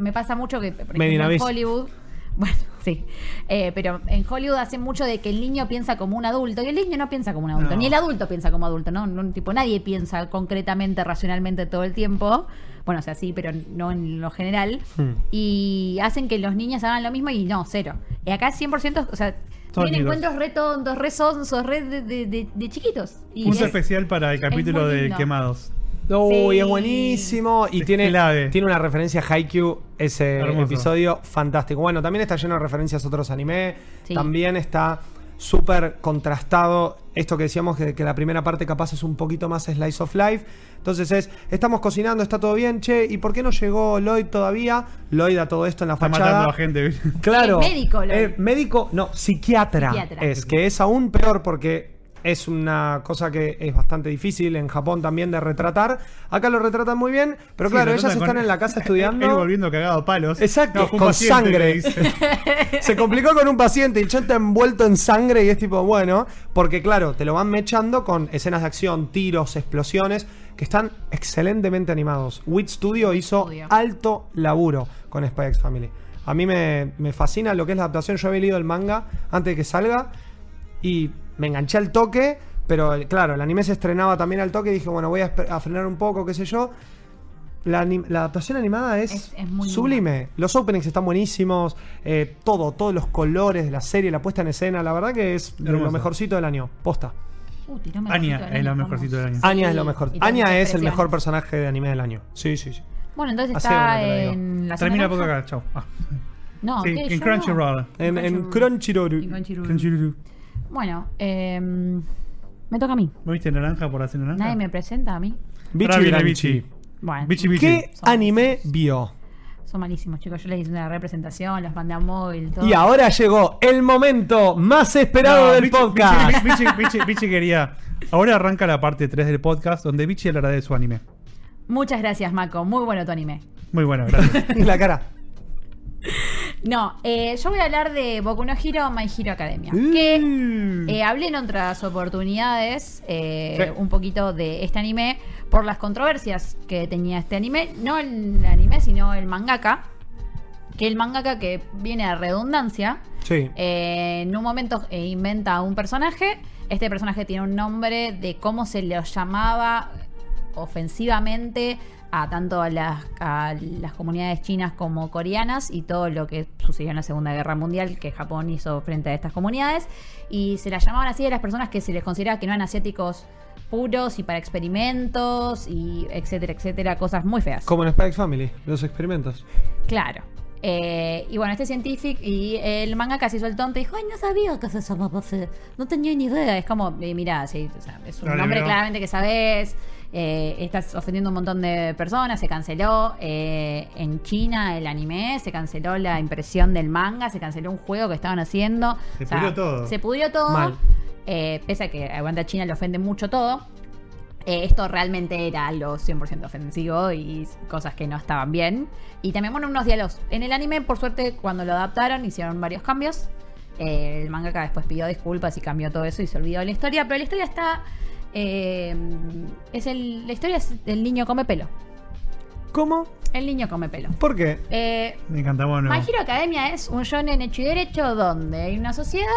S1: me pasa mucho que, por ejemplo,
S2: Medina
S1: en
S2: Bis.
S1: Hollywood. Bueno, sí. Eh, pero en Hollywood hace mucho de que el niño piensa como un adulto. Y el niño no piensa como un adulto.
S3: No.
S1: Ni el adulto piensa como adulto, ¿no? No, Tipo, nadie piensa concretamente, racionalmente todo el tiempo. Bueno, o sea, sí, pero no en lo general.
S2: Hmm.
S1: Y hacen que los niños hagan lo mismo y no, cero. Y acá 100%, o sea,
S3: Son
S1: tienen
S3: chicos.
S1: encuentros re tontos, re sonsos, re de, de- de- de chiquitos. Y
S3: Punto
S1: es-
S3: especial para el capítulo
S1: muy
S3: de
S1: lindo.
S3: Quemados.
S2: Uy,
S1: Sí.
S2: es buenísimo. Y
S3: Es
S2: tiene,
S3: clave.
S2: tiene una referencia a Haikyuu, ese
S3: Hermoso.
S2: episodio fantástico. Bueno, también está lleno de referencias a otros anime.
S1: Sí.
S2: También está. súper contrastado. Esto que decíamos que, que la primera parte capaz es un poquito más slice of life. Entonces es, estamos cocinando, está todo bien, che, ¿y por qué no llegó Lloyd todavía? Lloyd da todo esto en la
S3: Está
S2: fachada.
S3: matando a gente. ¿viste?
S2: Claro.
S1: Es médico, Lloyd.
S2: Eh, médico, no, psiquiatra,
S1: Psiquiatra.
S2: Es que es aún peor porque es una cosa que es bastante difícil en Japón también de retratar. Acá lo retratan muy bien, pero
S3: Sí,
S2: claro,
S3: lo
S2: ellas
S3: tratan
S2: están
S3: con-
S2: en la casa
S3: Él
S2: estudiando.
S3: volviendo cagado a palos.
S2: Exacto,
S3: fue un
S2: con
S3: paciente que
S2: sangre.
S3: dice.
S2: Se complicó con un paciente y ya está envuelto en sangre y es tipo, bueno, porque claro, te lo van mechando con escenas de acción, tiros, explosiones, que están excelentemente animados. Wit Studio hizo
S1: Studio.
S2: alto laburo con Spy X Family. A mí me, me fascina lo que es la adaptación. Yo había leído el manga antes de que salga y me enganché al toque, pero el- claro, el anime se estrenaba también al toque y dije, bueno, voy a, esper- a frenar un poco, qué sé yo. La, anim- la adaptación animada es,
S1: Es- es muy
S2: sublime. Los openings están buenísimos, eh, todo, todos los colores de la serie, la puesta en escena, la verdad que es de lo
S3: Hermoso.
S2: mejorcito del año. Posta.
S1: Uh, tiró mejorcito
S3: Anya
S1: del
S3: es
S1: año,
S3: lo mejorcito del
S1: vamos.
S3: año.
S2: Anya
S1: Sí,
S2: es lo mejor.
S1: y todas las
S2: Anya es el
S1: expresiones.
S2: mejor personaje de anime del año. Sí, sí, sí.
S1: Bueno, entonces
S2: Hace
S1: está
S2: una que lo digo.
S1: en la zona
S3: Termina por
S1: roja.
S3: acá, chao. Ah.
S1: No,
S3: Sí,
S1: ¿qué?
S3: en
S1: Yo
S3: Crunchyroll.
S2: En, en Crunchyroll.
S1: En Crunchyroll.
S3: Crunchyroll.
S1: Bueno, eh, me toca a mí.
S3: ¿Me viste naranja por hacer naranja?
S1: Nadie me presenta a mí.
S2: Bichi
S3: Ahora viene
S2: Bichi.
S3: Bichi.
S1: Bueno,
S3: Ah. Bichi, bichi.
S2: ¿Qué
S1: Son-
S2: anime vio?
S1: son malísimos, chicos. Yo les hice una representación, los mandé a móvil, todo.
S2: Y ahora llegó el momento más esperado
S3: No,
S2: del
S3: Bichi-
S2: podcast.
S3: Bichi, Bichi- Bichi- Bichi quería. Ahora arranca la parte 3 del podcast donde Bichi hablará de su anime.
S1: Muchas gracias, Mako. Muy bueno tu anime.
S3: Muy bueno, gracias.
S2: la cara.
S1: No, eh, yo voy a hablar de Boku no Hero My Hero Academia.
S2: Mm.
S1: Que eh, hablé en otras oportunidades eh,
S2: Sí.
S1: un poquito de este anime por las controversias que tenía este anime. No el anime, sino el mangaka. Que el mangaka que viene a redundancia.
S2: Sí.
S1: Eh, en un momento eh, inventa un personaje. Este personaje tiene un nombre de cómo se lo llamaba ofensivamente a tanto a las, a las comunidades chinas como coreanas y todo lo que sucedió en la Segunda Guerra Mundial que Japón hizo frente a estas comunidades. Y se las llamaban así a las personas que se les consideraba que no eran asiáticos puros y para experimentos y etcétera, etcétera, cosas muy feas.
S2: Como en Spy Family, los experimentos.
S1: Claro. Eh, y bueno, este científico y el manga casi hizo el tonto y dijo, ay, no sabía que se llamaba así, no tenía ni idea. Es como, eh, mirá, sí, o sea, es un
S3: Dale,
S1: nombre
S3: mirá.
S1: claramente que sabes, eh, estás ofendiendo a un montón de personas, se canceló eh, en China el anime, se canceló la impresión del manga, se canceló un juego que estaban haciendo.
S3: Se pudrió todo.
S1: Se pudrió todo.
S2: Mal.
S1: Eh, pese a que a banda china le ofende mucho todo. Eh, esto realmente era algo 100% ofensivo y cosas que no estaban bien. Y también, bueno, unos diálogos. En el anime, por suerte, cuando lo adaptaron, hicieron varios cambios. Eh, el mangaka después pidió disculpas y cambió todo eso y se olvidó de la historia. Pero la historia está. eh, es el, la historia es del niño come pelo.
S2: ¿Cómo?
S1: El niño come pelo.
S2: ¿Por qué?
S1: Eh,
S3: Me encanta, bueno.
S1: My Hero Academia es un shonen hecho y derecho donde hay una sociedad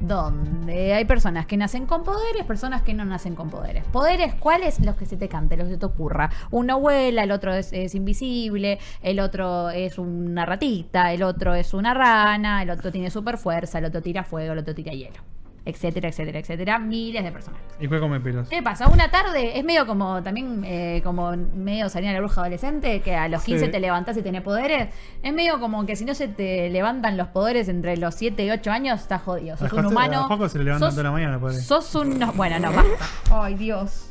S1: donde hay personas que nacen con poderes, personas que no nacen con poderes. ¿Poderes cuáles? Los que se te cante, los que se te ocurra. Uno vuela, el otro es, es invisible, el otro es una ratita, el otro es una rana, el otro tiene super fuerza, el otro tira fuego, el otro tira hielo. Etcétera, etcétera, etcétera. Miles de personas.
S3: ¿Y cuál come pelos?
S1: ¿Qué pasa? Una tarde es medio como también eh, como medio salir a la bruja adolescente, que a los 15
S2: Sí.
S1: te levantás y tenés poderes. Es medio como que si no se te levantan los poderes entre los 7 y 8 años, estás jodido. Sos un
S3: Dejaste-
S1: humano.
S3: a Juaco se le levantan
S1: sos-
S3: toda la mañana, padre.
S1: Sos un. no- bueno, no, basta. Ay, Dios.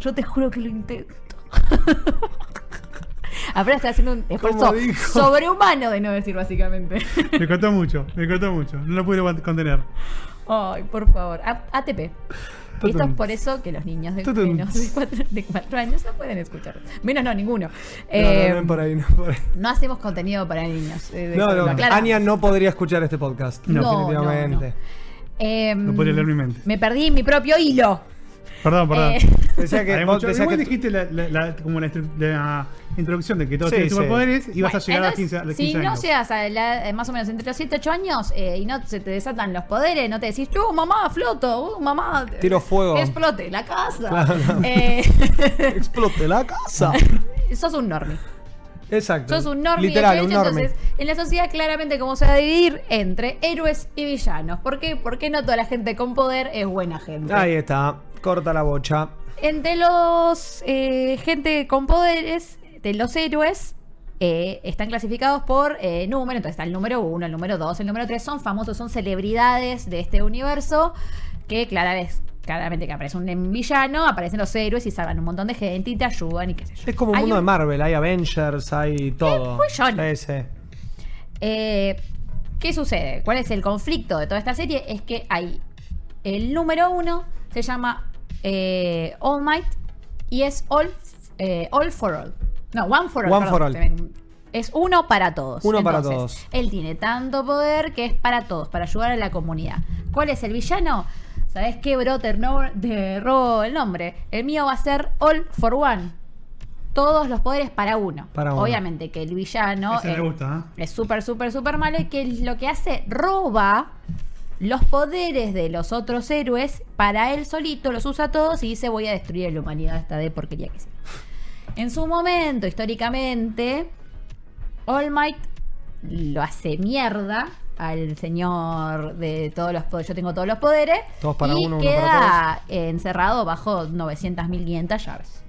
S1: Yo te juro que lo intento. Ahora está haciendo un esfuerzo
S2: dijo?
S1: sobrehumano de no decir, básicamente.
S3: Me costó mucho, me costó mucho. No lo pude aguant- contener.
S1: Ay, por favor. A- ATP. Y esto es por eso que los niños de
S2: Tutum.
S1: menos de 4 años no pueden escuchar. Menos no, ninguno.
S2: No,
S1: Eh,
S2: no, no, por ahí, no, por ahí.
S1: no hacemos contenido para niños. eh, de-
S2: No,
S1: lo
S2: no,
S1: aclaramos.
S2: Anya no podría escuchar este podcast.
S1: No,
S2: definitivamente.
S1: no, Eh,
S3: No podía leer mi mente.
S1: Me perdí en mi propio hilo.
S3: Perdón, perdón.
S1: Eh,
S2: Decía que,
S3: Hay
S2: vos
S3: mucho-
S2: decías
S3: igual
S2: que-
S3: dijiste la, la- la- como la, instru- la introducción de que todos
S2: Sí,
S3: tienen
S2: sí.
S3: superpoderes y vas a
S1: bueno,
S3: llegar a
S1: entonces,
S3: los 15, a los
S1: Si
S3: 15 años.
S1: no llegas a la- eh, más o menos entre los 7 8 años eh, y no se te desatan los poderes, no te decís, tú, mamá, floto, uh, mamá.
S2: Tiro fuego.
S1: Explote la casa.
S2: Claro.
S1: Eh,
S2: explote la casa.
S1: sos un normie.
S2: Exacto.
S1: Sos un normie.
S2: Literal,
S1: hecho,
S2: un
S1: hecho,
S2: normie.
S1: Entonces, en la sociedad claramente cómo se va a dividir entre héroes y villanos. ¿Por qué? Porque no toda la gente con poder es buena gente.
S2: Ahí está. Corta la bocha.
S1: Entre los eh, gente con poderes, de los héroes, eh, están clasificados por eh, número, entonces está el número 1, el número 2, el número 3, son famosos, son celebridades de este universo, que clara es- claramente que aparece un villano, aparecen los héroes y salvan un montón de gente y te ayudan y qué sé yo.
S2: Es como un
S1: Hay
S2: mundo
S1: un- Eh, pues
S2: de Marvel, hay Avengers, hay todo.
S1: muy John.
S2: Sí, sí.
S1: Eh, ¿Qué sucede? ¿Cuál es el conflicto de toda esta serie? Es que hay el número uno, se llama eh, All Might y es All, eh, all for All. No, One for All.
S2: One for all.
S1: se me- Es uno para todos.
S2: Uno para todos.
S1: Entonces, Él tiene tanto poder que es para todos, para ayudar a la comunidad. ¿Cuál es el villano? ¿Sabes qué, bro? Te no, te robo el nombre. El mío va a ser All for One. Todos los poderes para uno.
S2: Para uno.
S1: Obviamente que el villano
S3: Ese me
S1: eh,
S3: gusta,
S1: es súper, súper, súper malo y que lo que hace, roba los poderes de los otros héroes para él solito, los usa todos y dice voy a destruir a la humanidad esta de porquería que sea. En su momento, históricamente, All Might lo hace mierda al señor de todos los poderes. Yo tengo todos los poderes.
S2: Todos para
S1: y
S2: uno, uno
S1: queda
S2: para
S1: eh, encerrado bajo 900.500 llaves.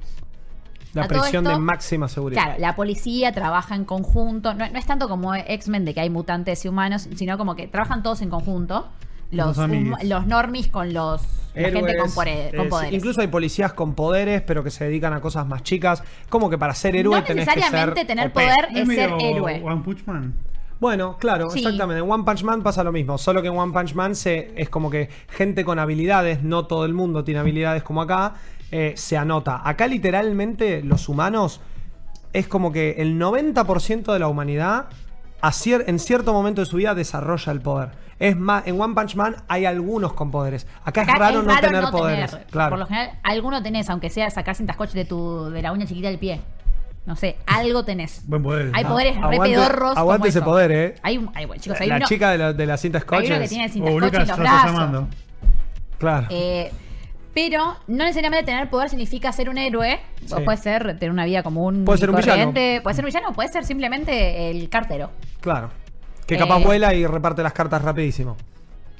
S2: La
S1: A todo
S2: prisión de
S1: esto-
S2: máxima seguridad.
S1: Claro, la policía trabaja en conjunto. No, no es tanto como X-Men de que hay mutantes y humanos, sino como que trabajan todos en conjunto. Los,
S3: Los amigos.
S1: hum- los normis con los la gente con,
S2: Héroes,
S1: pore- con
S2: eh,
S1: poderes.
S2: Incluso hay policías con poderes, pero que se dedican a cosas más chicas. Como que para ser héroe
S1: no
S2: tenés que ser
S1: necesariamente tener
S2: OP.
S1: poder
S3: ¿eh?
S1: es ser
S3: medio
S1: héroe.
S3: One Punch Man.
S2: Bueno, claro,
S1: Sí.
S2: exactamente. En One Punch Man pasa lo mismo, solo que en One Punch Man se, es como que gente con habilidades, no todo el mundo tiene habilidades como acá, eh, se anota. Acá literalmente los humanos es como que el 90% de la humanidad a cier- en cierto momento de su vida desarrolla el poder. Es más, en One Punch Man hay algunos con poderes. Acá,
S1: Acá
S2: es raro no tener
S1: no
S2: poderes.
S1: tener.
S2: Claro.
S1: Por lo general, alguno tenés, aunque sea sacar cintas coche de tu, de la uña chiquita del pie. No sé, algo tenés.
S3: Buen poder.
S1: Hay
S3: Ah,
S1: poderes re
S2: aguante-
S1: pedorros. como
S2: aguante ese
S1: eso.
S2: poder, eh.
S1: Hay, un- hay- bueno, chicos, hay
S2: la
S1: uno-
S2: chica de la, de la cinta
S1: hay
S2: scotch.
S1: uno que
S2: es-
S1: tiene cintas
S3: O
S1: coche en
S3: Oh, Lucas
S1: los
S3: ya está
S1: brazos.
S3: llamando.
S2: Claro.
S1: Eh, pero no necesariamente tener poder significa ser un héroe. O
S2: Sí.
S1: puede ser tener una vida común.
S2: Puede ser un villano.
S1: corriente. Puede ser un villano, puede ser simplemente el cartero.
S2: Claro. Que capaz
S1: Eh.
S2: vuela y reparte las cartas rapidísimo.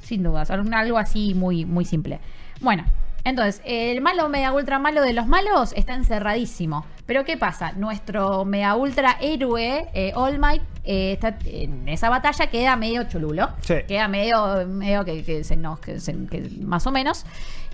S1: Sin dudas. algún- Algo así muy, muy simple. Bueno, entonces, el malo mega ultra malo de los malos está encerradísimo. Pero ¿qué pasa? Nuestro mega ultra héroe, eh, All Might, eh, está en esa batalla queda medio cholulo.
S2: Sí.
S1: Queda medio, medio que, que se nos, que se- que más o menos.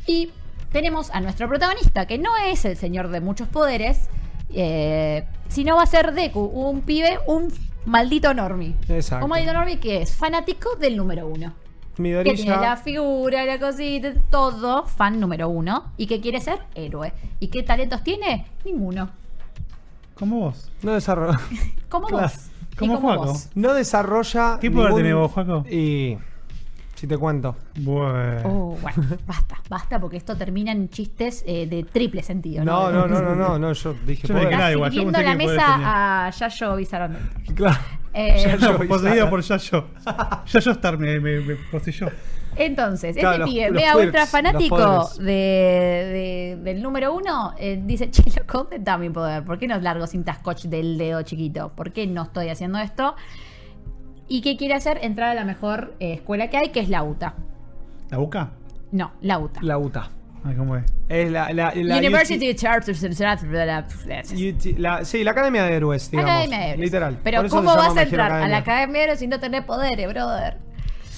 S1: Y tenemos a nuestro protagonista, que no es el señor de muchos poderes, eh, sino va a ser Deku, un pibe, un maldito normie.
S2: Exacto.
S1: Un maldito normie que es fanático del número uno. Que tiene la
S2: Midorilla.
S1: figura, la cosita, todo, fan número uno. Y que quiere ser héroe. ¿Y qué talentos tiene? Ninguno.
S3: Como vos.
S2: No desarrolla,
S1: Como
S2: Claro.
S1: vos. y
S3: Como Juaco.
S2: no desarrolla.
S3: ¿Qué poder
S2: ningún-
S3: tenés vos, Juaco?
S2: Y. Si te cuento.
S3: Bueno.
S1: Oh, bueno, basta, basta, porque esto termina en chistes eh, de triple sentido.
S2: No, no, no, no, no, no, yo dije
S3: Yo me
S2: poder.
S3: quedé-
S1: Está
S3: Claro, igual, yo
S1: sirviendo
S3: pensé
S1: la
S3: que podés
S1: mesa a Yayo Bizarrón.
S2: Claro.
S1: Eh,
S2: Ya
S3: No,
S2: Yo-
S3: poseído por Yayo. Yayo Star me, me, me poseyó.
S1: Entonces,
S2: Claro,
S1: este
S2: los-
S1: pibe,
S2: los
S1: mega
S2: quirks,
S1: ultra
S2: los
S1: fanático
S2: poderes.
S1: de, de- del número uno, eh, dice, che, loco, ¿dónde está mi poder? ¿Por qué no largo cintas scotch del dedo chiquito? ¿Por qué no estoy haciendo esto? ¿Y qué quiere hacer? Entrar a la mejor eh, escuela que hay, que es la UTA.
S3: ¿La boca?
S1: No, la UTA.
S2: La UTA.
S3: Ay, ¿cómo es?
S2: Es la. la, la
S1: University
S2: UT
S1: of Charleston.
S2: UT la- sí, la Academia de Héroes, digamos.
S1: Academia de Héroes.
S2: Literal. Por
S1: Pero
S2: eso se
S1: ¿cómo
S2: llama
S1: vas a
S2: My Hero
S1: entrar a la
S2: Academia.
S1: Academia de Héroes sin no tener poderes, brother?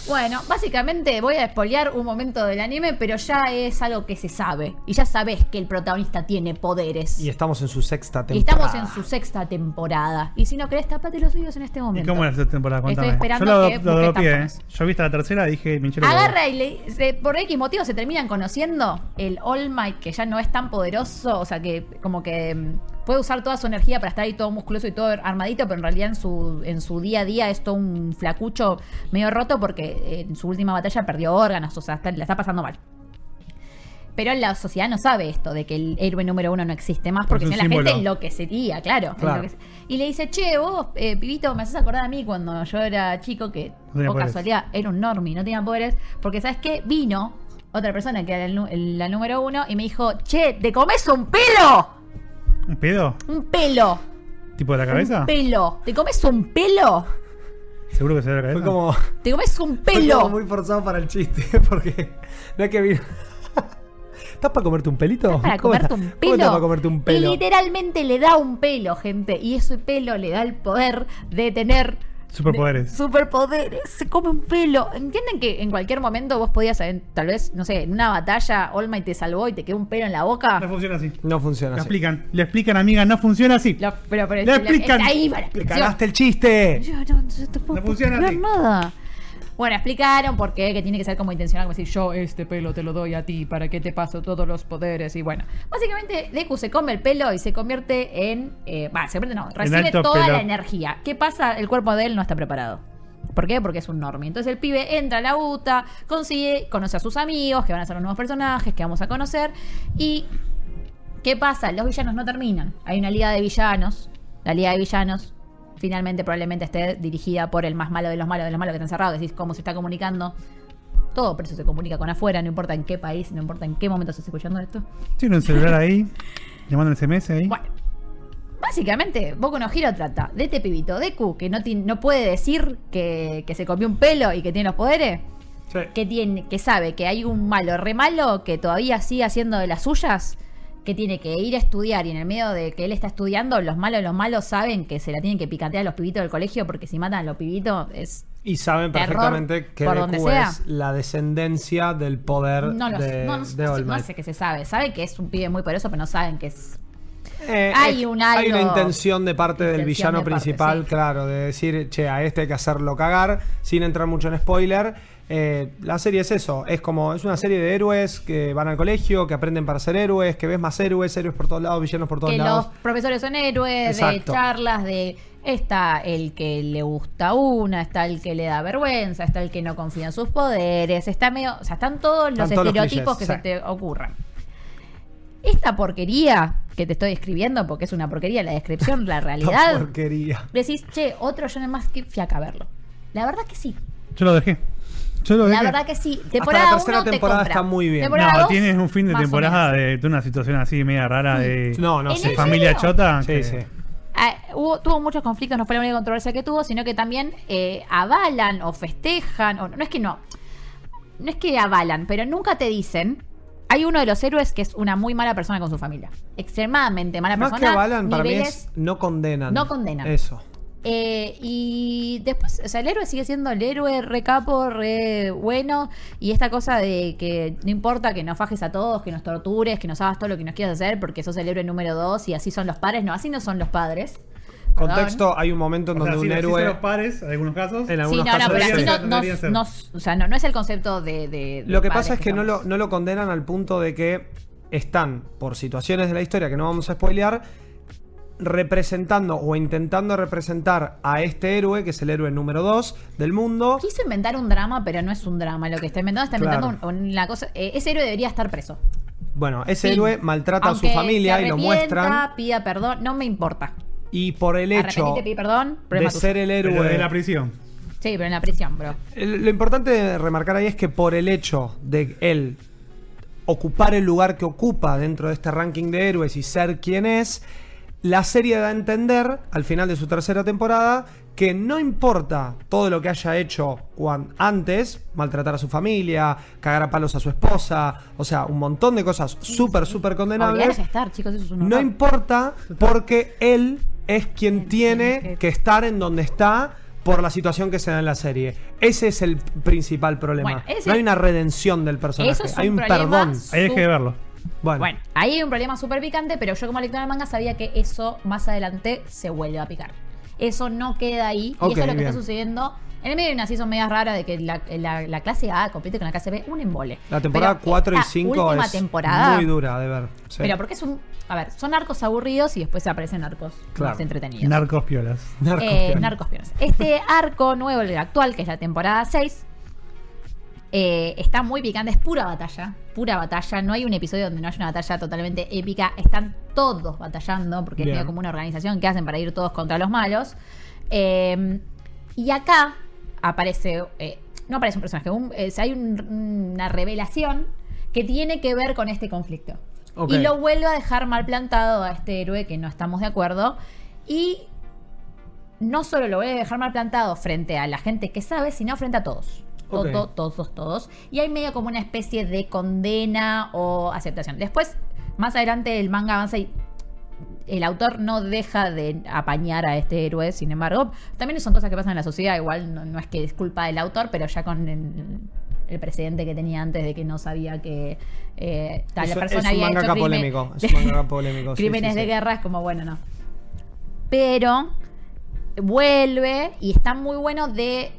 S1: Bueno, básicamente voy a despolear un momento del anime, pero ya es algo que se sabe. Y ya sabes que el protagonista tiene poderes.
S2: Y estamos en su sexta
S1: Y
S2: temporada.
S1: estamos en su sexta temporada. Y si no crees, tapate los oídos en este
S3: ¿Y
S1: momento.
S3: cómo era esta temporada?
S1: Estoy
S3: Contame.
S1: esperando
S3: Yo lo,
S1: que
S3: lo
S1: busques
S3: dropeé,
S1: tampones.
S3: ¿eh? Yo viste la tercera y dije, Michelle.
S1: Agarra y le, se- por X motivo se terminan conociendo el All Might, que ya no es tan poderoso, o sea que como que mm, puede usar toda su energía para estar ahí todo musculoso y todo armadito, pero en realidad en su, en su día a día es todo un flacucho medio roto porque en su última batalla perdió órganos, o sea, está- la está pasando mal. Pero la sociedad no sabe esto, de que el héroe número uno no existe más, porque
S3: Es
S1: si
S3: un
S1: no la gente
S3: símbolo.
S1: enloquecería, claro.
S2: Claro.
S1: enloquece- Y le dice, che, vos, eh, pibito, me haces acordar a mí cuando yo era chico que,
S3: tenía
S1: por
S3: poderes.
S1: casualidad, era un normie, no tenía poderes, porque, ¿sabes qué? Vino otra persona que era el nu- el- la número uno y me dijo, che, ¿te comes un pelo?
S3: ¿Un pedo?
S1: Un pelo.
S3: ¿Tipo de la cabeza?
S1: Un pelo. ¿Te comes un pelo?
S3: Seguro que se ve la cabeza.
S2: Fue como.
S1: ¿Te comes un
S2: Fue como
S1: pelo?
S2: muy forzado para el chiste, porque. No es que vino. ¿Estás para comerte un pelito?
S1: ¿Estás para
S2: ¿Cómo
S1: comerte
S2: estás?
S1: un
S2: ¿Cómo
S1: pelo?
S2: estás para comerte un pelo?
S1: Y literalmente le da un pelo, gente. Y ese pelo le da el poder de tener
S3: Superpoderes.
S1: superpoderes. Se come un pelo. ¿Entienden que en cualquier momento vos podías, en- tal vez, no sé, en una batalla, All Might te salvó y te quedó un pelo en la
S3: No
S1: boca?
S3: funciona así.
S2: No
S3: Lo
S2: funciona así.
S3: explican. Le explican, amiga, no funciona así.
S1: Lo- pero, pero,
S3: Le
S1: la-
S3: explican.
S1: está ahí para
S2: ¡Le cagaste el chiste!
S1: Yo no, yo te puedo
S3: No funciona
S1: explicar
S3: así.
S1: nada. Bueno, explicaron por qué, que tiene que ser como intencional, como decir, yo este pelo te lo doy a ti para que te paso todos los poderes. Y bueno, básicamente Deku se come el pelo y se convierte en... eh, Va, se convierte, no, recibe
S3: alto
S1: toda la
S3: pelo.
S1: energía. ¿Qué pasa? El cuerpo de él no está preparado. ¿Por qué? Porque es un normie. Entonces el pibe entra a la UTA, consigue, conoce a sus amigos, que van a ser los nuevos personajes, que vamos a conocer. Y ¿Qué pasa? Los villanos no terminan. Hay una liga de villanos. La liga de villanos finalmente probablemente esté dirigida por el más malo de los malos de los malos que está encerrado. Decís cómo se está comunicando. Todo por eso se comunica con afuera, no importa en qué país, no importa en qué momento estés escuchando esto.
S3: Tiene un celular ahí. Le mandan SMS ahí.
S1: Bueno, básicamente, Boku no Hero trata de este pibito Deku, que no, ti- no puede decir que, que se comió un pelo y que tiene los poderes. que tiene, que sabe que hay un malo re malo que todavía sigue haciendo de las suyas, que tiene que ir a estudiar y en el medio de que él está estudiando, los malos, los malos saben que se la tienen que picantear a los pibitos del colegio porque si matan a los pibitos es
S2: Y saben
S1: Terror
S2: perfectamente que
S1: por donde
S2: Deku
S1: sea.
S2: es la descendencia del poder
S1: no lo
S2: de,
S1: no, no-
S2: de
S1: no-
S2: All
S1: no
S2: Might.
S1: sé que se sabe, sabe que es un pibe muy poderoso, pero no saben que es
S2: Eh,
S1: Hay
S2: es-
S1: un
S2: hay
S1: algo-
S2: una intención de parte del
S1: Intención
S2: villano
S1: de parte,
S2: principal,
S1: sí.
S2: claro, de decir, che, a este hay que hacerlo cagar, sin entrar mucho en spoiler. Eh, la serie es eso, es como, es una serie de héroes que van al colegio, que aprenden para ser héroes, que ves más héroes, héroes por todos lados, villanos por todos
S1: que
S2: lados.
S1: los profesores son héroes,
S2: Exacto.
S1: de charlas, de está el que le gusta una, está el que le da vergüenza, está el que no confía en sus poderes, está medio, o sea, están todos los
S2: Están todos los
S1: estereotipos
S2: clichés,
S1: que
S2: sí.
S1: se te ocurran. Esta porquería que te estoy describiendo, porque es una porquería la descripción, la
S2: Esta
S1: realidad,
S2: porquería.
S1: decís, che, otro Johnny más que fiaca verlo. La verdad que sí.
S3: Yo lo dejé. Yo lo dejé.
S1: La verdad que sí.
S2: la
S1: Temporada
S2: tercera
S1: uno te
S2: temporada
S1: compra.
S2: está muy bien.
S1: Temporada
S3: No,
S1: dos,
S3: tienes un fin de
S1: más o
S3: temporada
S1: menos.
S3: de, de una situación así media rara de,
S2: No, no
S1: En
S2: sé.
S1: el
S3: familia
S1: serio?
S3: chota.
S2: Sí,
S3: que-
S2: sí.
S1: Ah, hubo- tuvo muchos conflictos, no fue la única controversia que tuvo, sino que también eh, avalan o festejan, o no es que no, no es que avalan, pero nunca te dicen. Hay uno de los héroes que es una muy mala persona con su familia, extremadamente mala
S2: Más que
S1: persona.
S2: avalan, para mí
S1: niveles-
S2: es no condenan.
S1: No condenan.
S2: Eso.
S1: eh, y después, o sea, el héroe sigue siendo el héroe recapo, re bueno. Y esta cosa de que no importa que nos fajes a todos, que nos tortures, que nos hagas todo lo que nos quieras hacer, porque sos el héroe número dos y así son los padres. No, así no son los padres. Perdón.
S2: Contexto, hay un momento en
S3: O sea,
S2: donde un
S3: sí, sí
S2: héroe...
S3: se los pares, en algunos casos.
S2: En
S1: Sí,
S2: algunos
S1: no, no,
S2: casos
S1: pero así
S2: sí.
S1: no,
S3: ser.
S1: no-
S3: Deberían ser.
S1: no- o sea, no, no es el concepto de... de- de
S2: Lo que
S1: padres
S2: pasa es que no lo,
S1: estamos.
S2: no lo condenan al punto de que están, por situaciones de la historia que no vamos a spoilear, representando o intentando representar a este héroe, que es el héroe número 2 del mundo.
S1: Quiso inventar un drama, pero no es un drama. Lo que está inventando está
S2: Claro.
S1: inventando un- una cosa... eh, ese héroe debería estar preso.
S2: Bueno, ese
S1: Fin.
S2: héroe maltrata
S1: Aunque
S2: a su familia
S1: se
S2: y lo
S1: arrepienta,
S2: muestran.
S1: pida perdón, no me importa.
S2: Y por el hecho
S1: Arrepentite, pide Ah, perdón,
S2: de
S1: problema tuyo.
S2: ser el
S3: Pero de la
S2: héroe
S3: prisión.
S1: Sí, pero en la prisión, bro.
S2: El- Lo importante de remarcar ahí es que por el hecho de él ocupar el lugar que ocupa dentro de este ranking de héroes y ser quien es, la serie da a entender al final de su tercera temporada que no importa todo lo que haya hecho cuan- antes, maltratar a su familia, cagar a palos a su esposa, o sea, un montón de cosas súper, súper
S1: Obligarlos
S2: condenables,
S1: a estar, chicos, eso es un
S2: no
S1: horror.
S2: importa porque él es quien tiene que estar en donde está por la situación que se da en la serie. Ese es el principal problema.
S1: Bueno, ese-
S2: no hay una redención del personaje,
S1: Eso es
S2: hay un
S1: un problema
S2: perdón.
S1: su-
S3: Ahí dejé de verlo.
S2: Bueno,
S1: Bueno, ahí hay un problema súper picante, pero yo como lectora de manga sabía que eso más adelante se vuelve a picar. Eso no queda ahí.
S2: Ok,
S1: y eso es lo que
S2: bien.
S1: está sucediendo. En el medio hay una season media rara de que la, la- la clase A compite con la clase B, un embole.
S2: la temporada
S1: Pero
S2: 4 y
S1: esta
S2: 5
S1: última
S2: es
S1: temporada,
S2: muy dura de ver. sí.
S1: Pero porque es un... A ver, son arcos aburridos y después aparecen arcos
S2: Claro.
S1: más entretenidos.
S3: Narcos piolas.
S2: Narcos,
S1: Eh,
S2: bien.
S1: Narcos Pioneros. Este arco nuevo, el actual, que es la temporada 6, eh, está muy picante, es pura batalla. Pura batalla. No hay un episodio donde no haya una batalla totalmente épica. Están todos batallando, porque
S2: Bien.
S1: es medio como una organización que hacen para ir todos contra los malos. Eh, y acá aparece. eh, no aparece un personaje, un- es- hay un- una revelación que tiene que ver con este conflicto.
S2: Ok.
S1: Y lo vuelve a dejar mal plantado a este héroe que no estamos de acuerdo. Y no solo lo voy a dejar mal plantado frente a la gente que sabe, sino frente a todos.
S2: Ok.
S1: todo, todos, todos. Y hay medio como una especie de condena o aceptación. Después, más adelante, el manga avanza y el autor no deja de apañar a este héroe, sin embargo, también son cosas que pasan en la sociedad, igual no, no es que es culpa del autor, pero ya con el, el precedente que tenía antes de que no sabía que eh, tal
S2: Es-
S1: persona
S2: es un
S1: había
S2: manga
S1: hecho
S2: acá
S1: crimen-
S2: polémico, es un manga acá polémico, sí,
S1: crímenes
S2: sí,
S1: de
S2: sí.
S1: guerra, es como, bueno, no. Pero vuelve y está muy bueno de...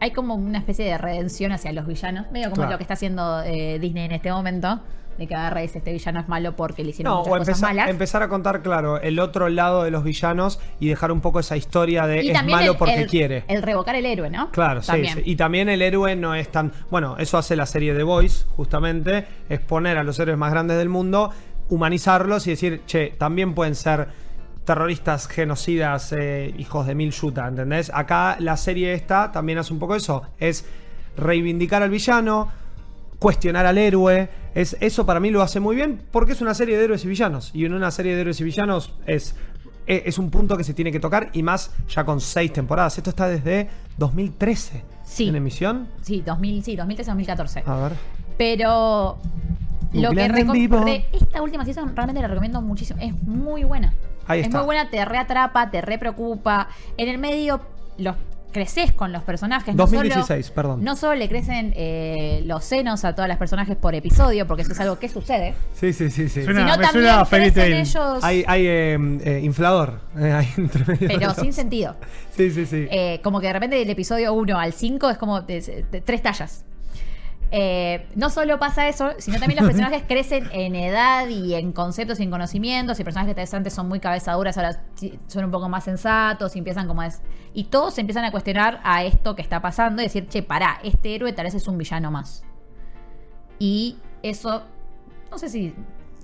S1: Hay como una especie de redención hacia los villanos, medio como
S2: Claro.
S1: lo que está haciendo eh, Disney en este momento, de que agarra y dice, este villano es malo porque le hicieron
S2: No,
S1: muchas
S2: o
S1: cosas
S2: empezar,
S1: malas.
S2: empezar a contar, claro, el otro lado de los villanos y dejar un poco esa historia de es malo
S1: el-
S2: porque
S1: el-
S2: quiere.
S1: El revocar el héroe, ¿no?
S2: Claro, sí,
S1: También.
S2: sí. Y también el héroe no es tan. Bueno, eso hace la serie The Boys, justamente, es poner a los héroes más grandes del mundo, humanizarlos y decir, che, también pueden ser terroristas, genocidas, eh, hijos de mil yuta, ¿entendés? Acá la serie esta también hace un poco eso. Es reivindicar al villano, cuestionar al héroe. Es, eso para mí lo hace muy bien porque es una serie de héroes y villanos. Y en una serie de héroes y villanos es, e- es un punto que se tiene que tocar y más ya con seis temporadas. Esto está desde 2013
S1: Sí.
S2: en emisión.
S1: Sí, 2000, sí, 2013 2014.
S2: A ver.
S1: Pero lo que
S2: Googleando en
S1: reco-
S2: vivo.
S1: re- esta última season realmente la recomiendo muchísimo. Es muy buena.
S2: Ahí
S1: es
S2: está.
S1: muy buena, te reatrapa, te repreocupa. En el medio los creces con los personajes. no solo-
S2: 2016, perdón.
S1: No solo le crecen eh, los senos a todas las personajes por episodio, porque eso es algo que sucede.
S2: Sí, sí, sí, sí.
S3: Suena-
S1: sino
S3: me
S1: también
S3: suena a Fairy
S1: crecen
S3: Tail.
S1: ellos,
S2: Hay, hay eh, eh, inflador. eh, hay entre medio de
S1: pero
S2: los-
S1: sin sentido.
S2: Sí, sí, sí.
S1: Eh, como que de repente del episodio 1 al 5 es como de- de- tres tallas. Eh, no solo pasa eso, sino también los personajes crecen en edad y en conceptos y en conocimientos. Y personajes que antes son muy cabezaduras, ahora sí son un poco más sensatos y empiezan como es. Y todos se empiezan a cuestionar a esto que está pasando y decir, che, pará, este héroe tal vez es un villano más. Y eso, no sé si,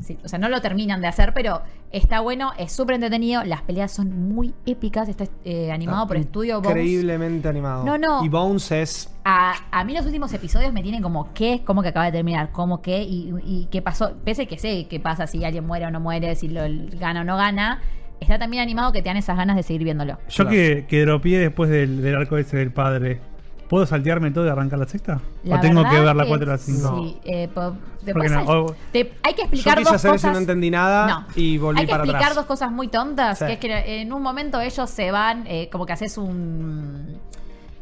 S1: si- o sea, no lo terminan de hacer, pero está bueno, es súper entretenido, las peleas son muy épicas, está eh, animado
S2: Ah,
S1: por estudio Bones.
S2: Increíblemente animado.
S1: No, no.
S2: Y Bones es
S1: A, a mí los últimos episodios me tienen como qué, cómo que acaba de terminar, cómo qué y, y qué pasó. Pese que sé qué pasa si alguien muere o no muere, si lo gana o no gana, está también animado que te dan esas ganas de seguir viéndolo.
S3: Yo
S2: Claro.
S3: que, que dropié después del, del arco ese del padre. ¿Puedo saltearme todo y arrancar la sexta?
S1: La
S3: ¿O tengo
S1: verdad
S3: que ver la
S1: que
S3: 4 y la 5?
S1: Sí, eh, po- te
S3: Porque
S1: puedes
S3: no,
S1: sal-
S3: o-
S1: te- hay que
S2: Yo
S1: explicar
S2: quise
S1: dos
S2: hacer eso y
S1: cosas.
S2: no entendí nada y volví
S1: Hay que
S2: para
S1: explicar
S2: atrás.
S1: dos cosas muy tontas,
S2: Sí.
S1: que es que en un momento ellos se van, eh, como que haces un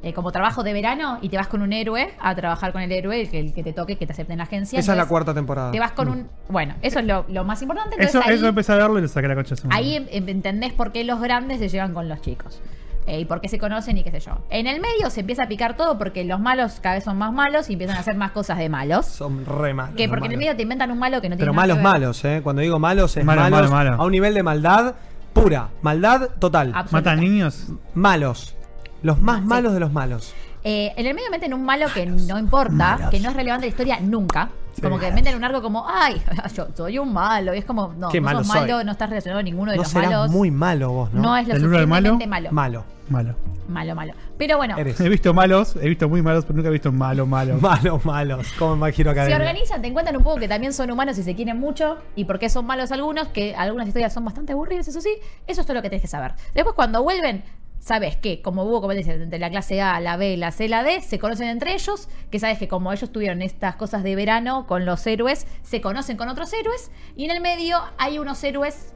S1: eh, como trabajo de verano y te vas con un héroe a trabajar con el héroe, el que, el que te toque, que te acepte en la agencia.
S2: Esa es la
S1: Entonces,
S2: cuarta temporada. Mm.
S1: Te vas con un. Bueno, eso es lo, lo más importante. Entonces,
S3: Eso,
S1: ahí,
S3: eso empecé a verlo y le saqué la concha. a su madre.
S1: ahí em- em- entendés por qué los grandes se llevan con los chicos. eh, y por qué se conocen y qué sé yo. En el medio se empieza a picar todo porque los malos cada vez son más malos y empiezan a hacer más cosas de malos.
S2: Son re malos.
S1: Que
S2: los
S1: porque en el
S2: malos.
S1: medio te inventan un malo que no tiene
S2: Pero
S1: nada
S2: malos,
S1: que ver.
S2: malos, ¿eh? Cuando digo malos, es
S3: Malos,
S2: malos,
S3: malos, malos.
S2: a un nivel de maldad pura. Maldad total.
S1: Absoluta.
S3: ¿Matan niños?
S2: Malos. Los más
S1: Ah. Sí.
S2: malos de los malos.
S1: Eh, en el medio meten un malo que no importa, que no es relevante en la historia nunca. Como que meten un arco como, ay, yo soy un malo. Y es como, no,
S2: Qué
S1: no
S2: malo
S1: sos
S2: soy.
S1: malo, no estás relacionado a ninguno de
S2: No
S1: los
S2: serás
S1: malos.
S2: muy malo vos, ¿no?
S1: no es lo
S3: ¿Del uno al malo?
S1: suficientemente malo.
S2: malo.
S3: Malo.
S1: Malo, malo. Pero bueno,
S2: Eres.
S3: He visto malos, he visto muy malos, pero nunca he visto malo, malo.
S2: Malos, malos. Como me imagino acá.
S1: Se organizan, te encuentran un poco que también son humanos y se quieren mucho, y por qué son malos algunos, que algunas historias son bastante aburridas, eso sí, eso es todo lo que tienes que saber. Después cuando vuelven, sabes que como hubo competencias entre la clase A, la B, la C, la D, se conocen entre ellos, que sabes que como ellos tuvieron estas cosas de verano con los héroes, se conocen con otros héroes, y en el medio hay unos héroes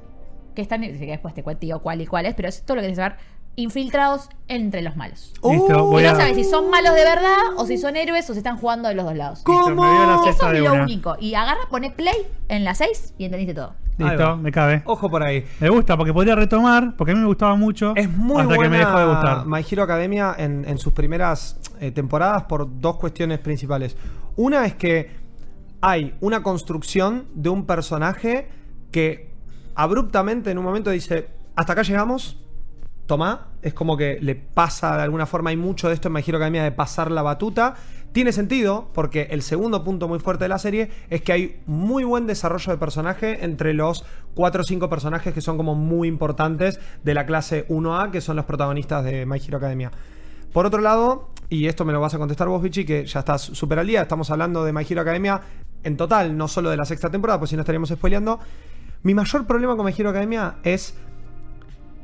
S1: que están, que después te cuento cuál y cuál es, pero eso es todo lo que tienes que saber, infiltrados entre los malos.
S3: Listo, voy
S1: Y
S3: a-
S1: no Uh, sabes si son malos de verdad o si son héroes o si están jugando de los dos lados.
S3: Listo,
S2: ¿Cómo?
S3: Me dio la
S1: Eso
S3: sexta
S1: es
S3: de
S1: lo
S3: una.
S1: único. Y agarra, pone play en la 6 y entendiste todo.
S2: Ahí va. Oh.
S3: Listo, me cabe.
S2: Ojo por ahí.
S3: Me gusta porque podría retomar, porque a mí me gustaba mucho.
S2: Es muy
S3: hasta
S2: buena
S3: que me dejó de gustar.
S2: My Hero Academia en, en sus primeras eh, temporadas por dos cuestiones principales. Una es que hay una construcción de un personaje que abruptamente en un momento dice, hasta acá llegamos, toma, es como que le pasa de alguna forma, hay mucho de esto en My Hero Academia de pasar la batuta. Tiene sentido, porque el segundo punto muy fuerte de la serie es que hay muy buen desarrollo de personaje entre los 4 o 5 personajes que son como muy importantes de la clase 1A, que son los protagonistas de My Hero Academia. Por otro lado, y esto me lo vas a contestar vos, Vichy, que ya estás súper al día, estamos hablando de My Hero Academia en total, no solo de la sexta temporada, pues si no estaríamos spoileando. Mi mayor problema con My Hero Academia es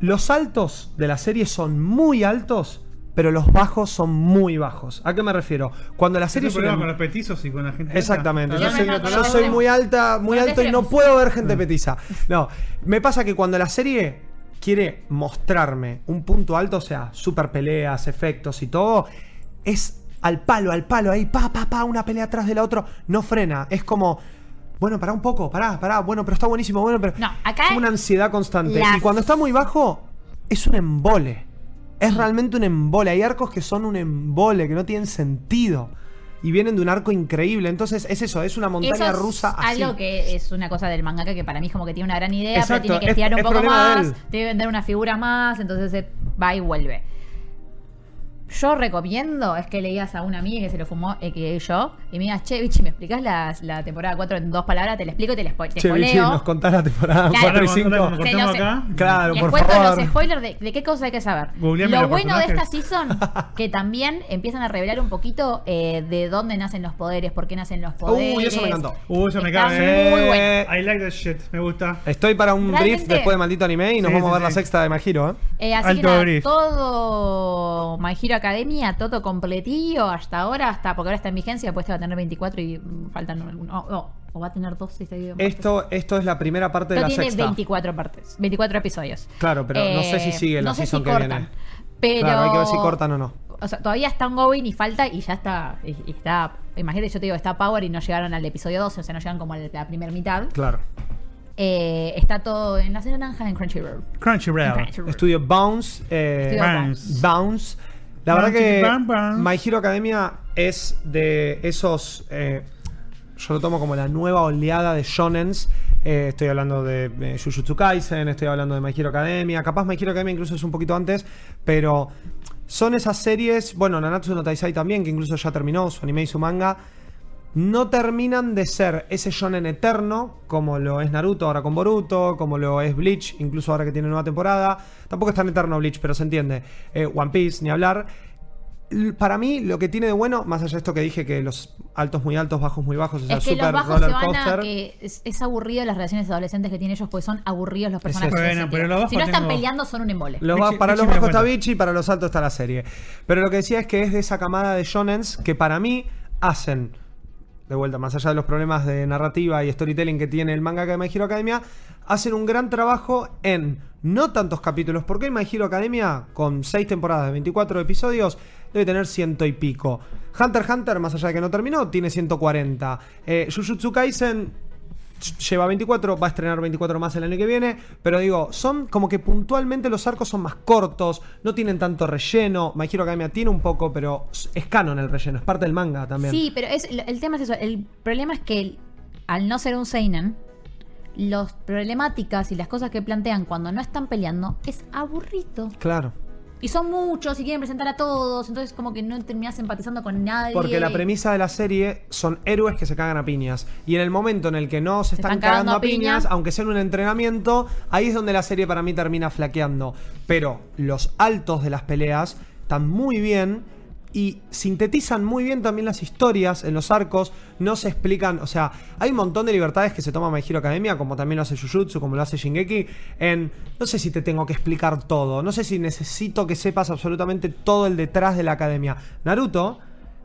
S2: los saltos de la serie son muy altos pero los bajos son muy bajos. ¿A qué me refiero? Cuando la
S3: Ese
S2: serie
S3: es
S2: es
S3: el problema
S2: una-
S3: con los petizos y con la gente.
S2: Exactamente.
S3: alta.
S2: Yo
S1: Yo
S2: soy,
S1: me
S3: Hablando de
S2: yo
S3: otro
S1: encanta.
S2: soy
S3: lado,
S2: muy alta, muy
S1: No te
S2: alto y no
S1: queremos.
S2: puedo ver gente petiza. No, me pasa que cuando la serie quiere mostrarme un punto alto, o sea, super peleas, efectos y todo, es al palo, al palo, ahí, pa, pa, pa, una pelea atrás de la otra, no frena. Es como, bueno, pará un poco, pará, pará, bueno, pero está buenísimo, bueno, pero...
S1: No, acá
S2: es una ansiedad constante.
S1: las-
S2: Y cuando está muy bajo, es un embole. Es realmente un embole. Hay arcos que son un embole, que no tienen sentido. Y vienen de un arco increíble. Entonces es eso, es una montaña
S1: Eso es
S2: rusa así.
S1: Algo que es una cosa del mangaka que para mí es como que tiene una gran idea,
S2: Exacto,
S1: pero tiene que
S2: es-
S1: estirar
S2: es
S1: un poco
S2: problema de él.
S1: más, tiene que vender una figura más, entonces eh, va y vuelve. Yo recomiendo es que le digas a una amiga que se lo fumó eh, que yo y me digas, che, Vichy, ¿me explicas la, la temporada 4 en dos palabras? Te la explico y te la spo- te
S2: Che, Vichy,
S1: spoileo.
S2: nos contás la temporada
S1: Claro.
S3: Ahora
S2: 4 y
S3: cuando-
S2: 5.
S3: ahora cuando
S1: Se
S3: cortemos
S1: nos-
S3: acá.
S2: Claro,
S1: Les
S2: por
S1: cuento
S2: favor.
S1: los spoilers de, de qué cosas hay que saber.
S3: Googleame
S1: lo
S3: los
S1: bueno de esta
S3: personajes.
S1: season, que también empiezan a revelar un poquito eh, de dónde nacen los poderes, por qué nacen los poderes.
S2: Uy, eso me encantó.
S3: Uh, eso me
S1: Está
S3: cabe.
S1: muy bueno.
S2: Eh,
S3: I like that shit. Me gusta.
S2: Estoy para un drift
S1: Realmente-
S2: después de maldito anime y nos
S3: Sí,
S2: vamos a
S3: sí,
S2: ver la
S3: sí.
S2: sexta de Majiro, ¿eh?
S1: Eh, así
S3: Alto
S1: que nada,
S3: brief.
S1: todo My Hero Academia, todo completillo hasta ahora, hasta porque ahora está en vigencia, pues este va a tener 24 y mm, faltan algunos. No, o va a tener 12 este video.
S2: Esto, esto es la primera parte de
S1: Esto
S2: la
S1: tiene
S2: sexta.
S1: 24 partes, 24 episodios. Eh,
S2: Claro, pero no sé si sigue la
S1: no sé
S2: season
S1: si
S2: que
S1: cortan,
S2: viene.
S1: Pero
S2: Claro, hay que ver si cortan o no.
S1: O sea, todavía está ongoing y falta y ya está. y- y está imagínate, yo te digo, está Power y no llegaron al episodio 12, o sea, no llegan como a la primera mitad.
S2: Claro.
S1: Eh, está todo en la serie naranja en Crunchyroll. En
S3: Crunchyroll.
S1: Crunchyroll.
S2: Estudio Bounce. eh,
S1: Estudio
S3: Bounce.
S2: Bounce. La verdad
S3: Bounce,
S2: que
S3: bam, bam.
S2: My Hero Academia es de esos. eh, yo lo tomo como la nueva oleada de shonens. Eh, estoy hablando de eh, Jujutsu Kaisen, estoy hablando de My Hero Academia. Capaz My Hero Academia incluso es un poquito antes, pero son esas series. Bueno, Nanatsu no Taisai también, que incluso ya terminó su anime y su manga. No terminan de ser ese shonen eterno, como lo es Naruto ahora con Boruto, como lo es Bleach, incluso ahora que tiene nueva temporada. Tampoco es tan eterno Bleach, pero se entiende. Eh, One Piece, ni hablar. L- Para mí, lo que tiene de bueno, más allá de esto que dije, que los altos muy altos, bajos muy bajos, o sea,
S1: Es que los
S2: super
S1: bajos se
S2: roller
S1: van a.
S2: coaster.
S1: que es, es aburrido las relaciones adolescentes que tienen ellos, pues son aburridos los personajes.
S3: eso.
S1: que se
S3: Bueno, pero
S1: tiran.
S3: los bajos
S1: si no están
S3: tengo-
S1: peleando, son un embole.
S2: Los ba-
S3: Vichy-
S2: para
S3: Vichy
S2: los
S3: me
S2: bajos
S3: cuenta.
S2: está Vichy y para los altos está la serie. Pero lo que decía es que es de esa camada de shonens que para mí hacen, de vuelta, más allá de los problemas de narrativa y storytelling que tiene el manga de My Hero Academia, hacen un gran trabajo en no tantos capítulos, porque My Hero Academia, con seis temporadas de 24 episodios, debe tener ciento y pico. Hunter x Hunter, más allá de que no terminó, tiene 140. Eh, Jujutsu Kaisen lleva 24, va a estrenar 24 más el año que viene, pero digo, son como que puntualmente los arcos son más cortos, no tienen tanto relleno, My Hero Academia tiene un poco, pero es canon el relleno, es parte del manga también.
S1: Sí, pero es, el tema es eso. El problema es que el- al no ser un Seinen, las problemáticas y las cosas que plantean cuando no están peleando es aburrido.
S2: Claro.
S1: Y son muchos y quieren presentar a todos, entonces como que no terminas empatizando con nadie.
S2: Porque la premisa de la serie son héroes que se cagan a piñas. Y en el momento en el que no se están, cagando, a piñas,
S1: piña.
S2: aunque sea en un entrenamiento, ahí es donde la serie para mí termina flaqueando. Pero los altos de las peleas están muy bien y sintetizan muy bien también las historias en los arcos. No se explican, o sea, hay un montón de libertades que se toma My Hero Academia, como también lo hace Jujutsu, como lo hace Shingeki, en no sé si te tengo que explicar todo, no sé si necesito que sepas absolutamente todo el detrás de la academia. Naruto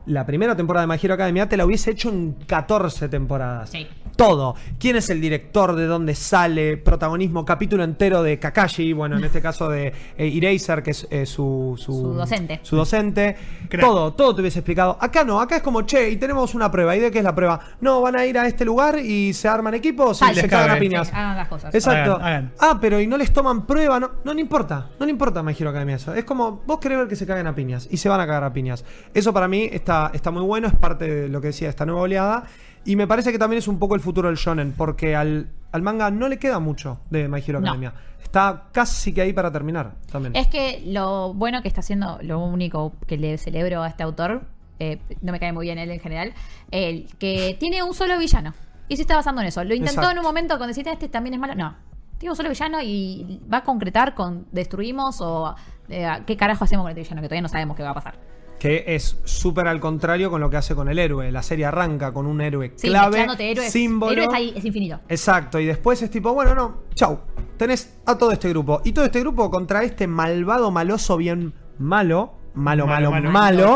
S2: la primera temporada de My Hero Academia te la hubiese hecho en 14 temporadas.
S1: Sí.
S2: Todo. ¿Quién es el director? ¿De dónde sale? Protagonismo, capítulo entero de Kakashi, bueno, en este caso de eh, Eraser, que es eh, su,
S1: Su docente.
S2: Su docente.
S3: Crack.
S2: Todo, todo te hubiese explicado. Acá no, acá es como, che, y tenemos una prueba. ¿Y de qué es la prueba? No, van a ir a este lugar y se arman equipos
S1: Tal.
S2: y se
S3: Les
S2: cagan a
S3: cabe.
S2: piñas.
S1: Sí, hagan las cosas.
S2: Exacto.
S3: Hagan, hagan.
S2: Ah, pero y no les toman prueba, no, no le importa, no le importa My Hero Academia eso. Es como, vos querés ver que se caguen a piñas y se van a cagar a piñas. Eso para mí está, está muy bueno, es parte de lo que decía esta nueva oleada. Y me parece que también es un poco el futuro del shonen, porque al, al manga no le queda mucho de My Hero
S1: No.
S2: Academia. Está casi que ahí para terminar también.
S1: Es que lo bueno que está haciendo, lo único que le celebro a este autor, eh, no me cae muy bien él en general, el que tiene un solo villano. Y se está basando en eso. Lo intentó
S2: Exacto.
S1: en un momento cuando decía, este también es malo. No. Tiene un solo villano y va a concretar con destruimos o eh, qué carajo hacemos con este villano, que todavía no sabemos qué va a pasar.
S2: Que es súper al contrario con lo que hace con el héroe. La serie arranca con un héroe
S1: Sí,
S2: clave,
S1: mezclándote héroes.
S2: símbolo.
S1: Héroes ahí, es infinito.
S2: Exacto, y después es tipo, bueno, no, chau. Tenés a todo este grupo. Y todo este grupo contra este malvado, maloso, bien malo, malo, malo, malo,
S3: Malo, malo.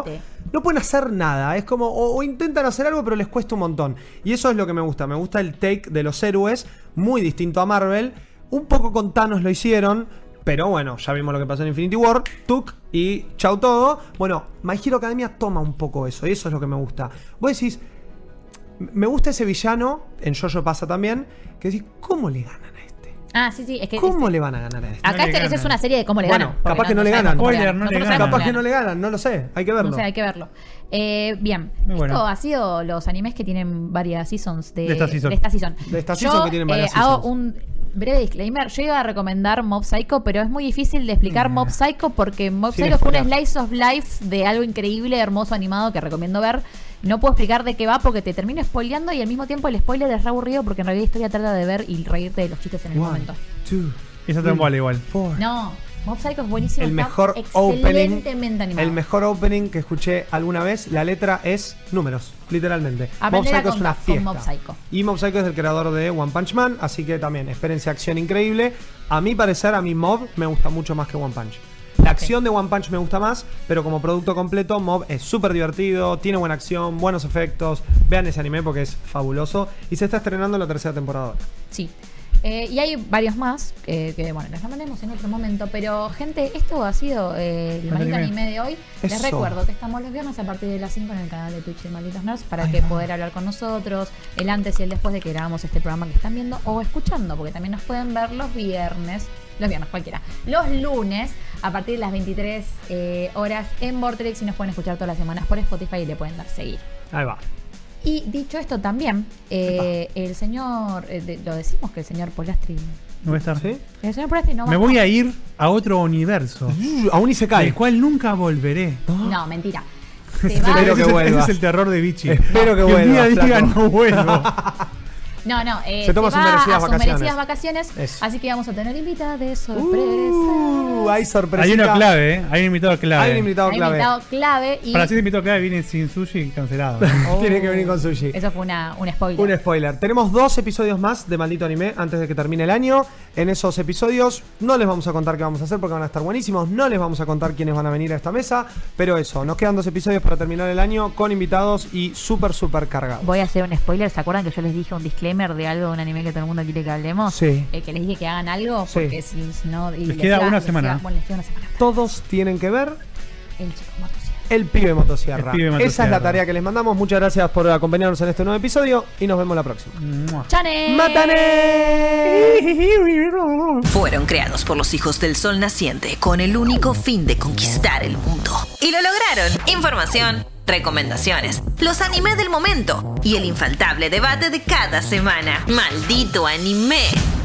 S2: no pueden hacer nada. Es como, o, o intentan hacer algo, pero les cuesta un montón. Y eso es lo que me gusta. Me gusta el take de los héroes, muy distinto a Marvel. Un poco con Thanos lo hicieron, pero bueno, ya vimos lo que pasó en Infinity War. Tuk y chau todo. Bueno, My Hero Academia toma un poco eso, y eso es lo que me gusta. Vos decís, me gusta ese villano, en Jojo pasa también, que decís, ¿cómo le ganan a este?
S1: Ah, sí, sí. Es que
S2: ¿Cómo le van a ganar a este?
S1: acá
S3: No le
S1: este- esa
S3: ganan.
S1: es una serie de cómo le
S2: Bueno,
S1: ganan. porque
S2: capaz que no le ganan.
S1: sabemos cómo
S3: Spoiler, no le
S1: Nosotros
S3: ganan.
S1: sabemos
S2: Capaz
S1: cómo
S2: que no le ganan, no lo sé, hay que verlo.
S1: No sé, hay que verlo. Eh, bien,
S3: Muy bueno.
S1: esto ha sido los animes que tienen varias seasons de,
S3: De esta season.
S1: season.
S2: De esta season
S1: Yo,
S2: que tienen varias
S1: eh, hago
S2: seasons.
S1: un breve disclaimer. Yo iba a recomendar Mob Psycho, pero es muy difícil de explicar Mob Psycho porque Mob
S2: Sin
S1: Psycho fue un
S2: spoiler.
S1: slice of life de algo increíble, hermoso, animado que recomiendo ver. No puedo explicar de qué va porque te termino spoileando y al mismo tiempo el spoiler es re aburrido porque en realidad la historia trata de ver y reírte de los chistes en el
S2: One,
S1: momento.
S2: two,
S3: Esa está en bola igual.
S2: four.
S1: No, Mob Psycho es buenísimo.
S2: el
S1: está
S2: mejor opening
S1: excelentemente animado.
S2: el mejor opening que escuché alguna vez la letra es números literalmente Mob
S1: Aprender a
S2: Psycho es
S1: contar
S2: una
S1: con
S2: fiesta
S1: Mob Psycho.
S2: y Mob Psycho es el creador de One Punch Man así que también experiencia de acción increíble a mi parecer a mi Mob me gusta mucho más que One Punch la acción de One Punch me gusta más, pero como producto completo, Mob es súper divertido, tiene buena acción, buenos efectos. Vean ese anime porque es fabuloso. Y se está estrenando la tercera temporada. ahora.
S1: Sí. Eh, y hay varios más eh, que, bueno, los hablaremos en otro momento. Pero, gente, esto ha sido eh, el
S3: El
S1: maldito
S3: anime.
S1: anime de hoy. Les
S2: Eso.
S1: recuerdo que estamos los viernes a partir de las 5 en el canal de Twitch de Malditos Nerds para que poder hablar con nosotros el antes y el después de que grabamos este programa que están viendo o escuchando, porque también nos pueden ver los viernes. Los viernes, cualquiera. Los lunes, a partir de las 23 eh, horas en Vortex y nos pueden escuchar todas las semanas por Spotify y le pueden dar seguir.
S2: Ahí va.
S1: Y dicho esto también, eh, el señor, eh, de- lo decimos que el señor Polastri,
S3: No voy a estar.
S2: ¿Sí?
S1: el señor Polastri no va
S3: Me
S1: a
S3: voy a ir a otro universo.
S2: Uh, Aún y se
S3: Del
S2: cae.
S3: cual nunca volveré.
S1: No, mentira. Se va-
S2: Espero que
S3: Ese es el-
S2: vuelva.
S3: Ese es el terror de Bichi.
S2: Espero que
S3: un día
S2: vuelva,
S3: diga
S2: flaco.
S3: no vuelvo.
S1: No, no, eh,
S2: Se toma sus
S1: va
S2: merecidas
S1: a sus
S2: vacaciones.
S1: merecidas vacaciones,
S2: Eso.
S1: así que vamos a tener invitada de
S2: Uh,
S1: sorpresa.
S2: hay sorpresa.
S3: Hay una clave, ¿eh? Hay un invitado clave.
S2: Hay un invitado
S1: Hay
S2: clave.
S1: invitado clave y
S3: Para ser invitado clave viene sin sushi cancelado.
S2: Tiene que
S1: Oh.
S2: venir con sushi.
S1: eso fue una, un spoiler.
S2: Un spoiler. Tenemos dos episodios más de Maldito Anime antes de que termine el año. En esos episodios no les vamos a contar qué vamos a hacer porque van a estar buenísimos. No les vamos a contar quiénes van a venir a esta mesa. Pero eso, nos quedan dos episodios para terminar el año con invitados y súper, súper cargados.
S1: Voy a hacer un spoiler. ¿Se acuerdan que yo les dije un disclaimer de algo de un anime que todo el mundo quiere que hablemos?
S2: Sí.
S1: Eh, que les dije que hagan algo
S2: Sí.
S1: porque si si no. y
S3: Les queda una
S1: les
S3: semana.
S1: bueno, les queda una semana.
S2: Todos tienen que ver
S1: El chico motosierra.
S2: el pibe motosierra.
S3: El Pibe
S2: Esa es la
S3: Motosierra.
S2: tarea que les mandamos. Muchas gracias por acompañarnos en este nuevo episodio y nos vemos la próxima.
S3: Mua.
S1: ¡Chane!
S2: ¡Mátane!
S4: Fueron creados por los hijos del sol naciente con el único fin de conquistar el mundo. Y lo lograron. Información, recomendaciones, los anime del momento y el infaltable debate de cada semana. Maldito anime.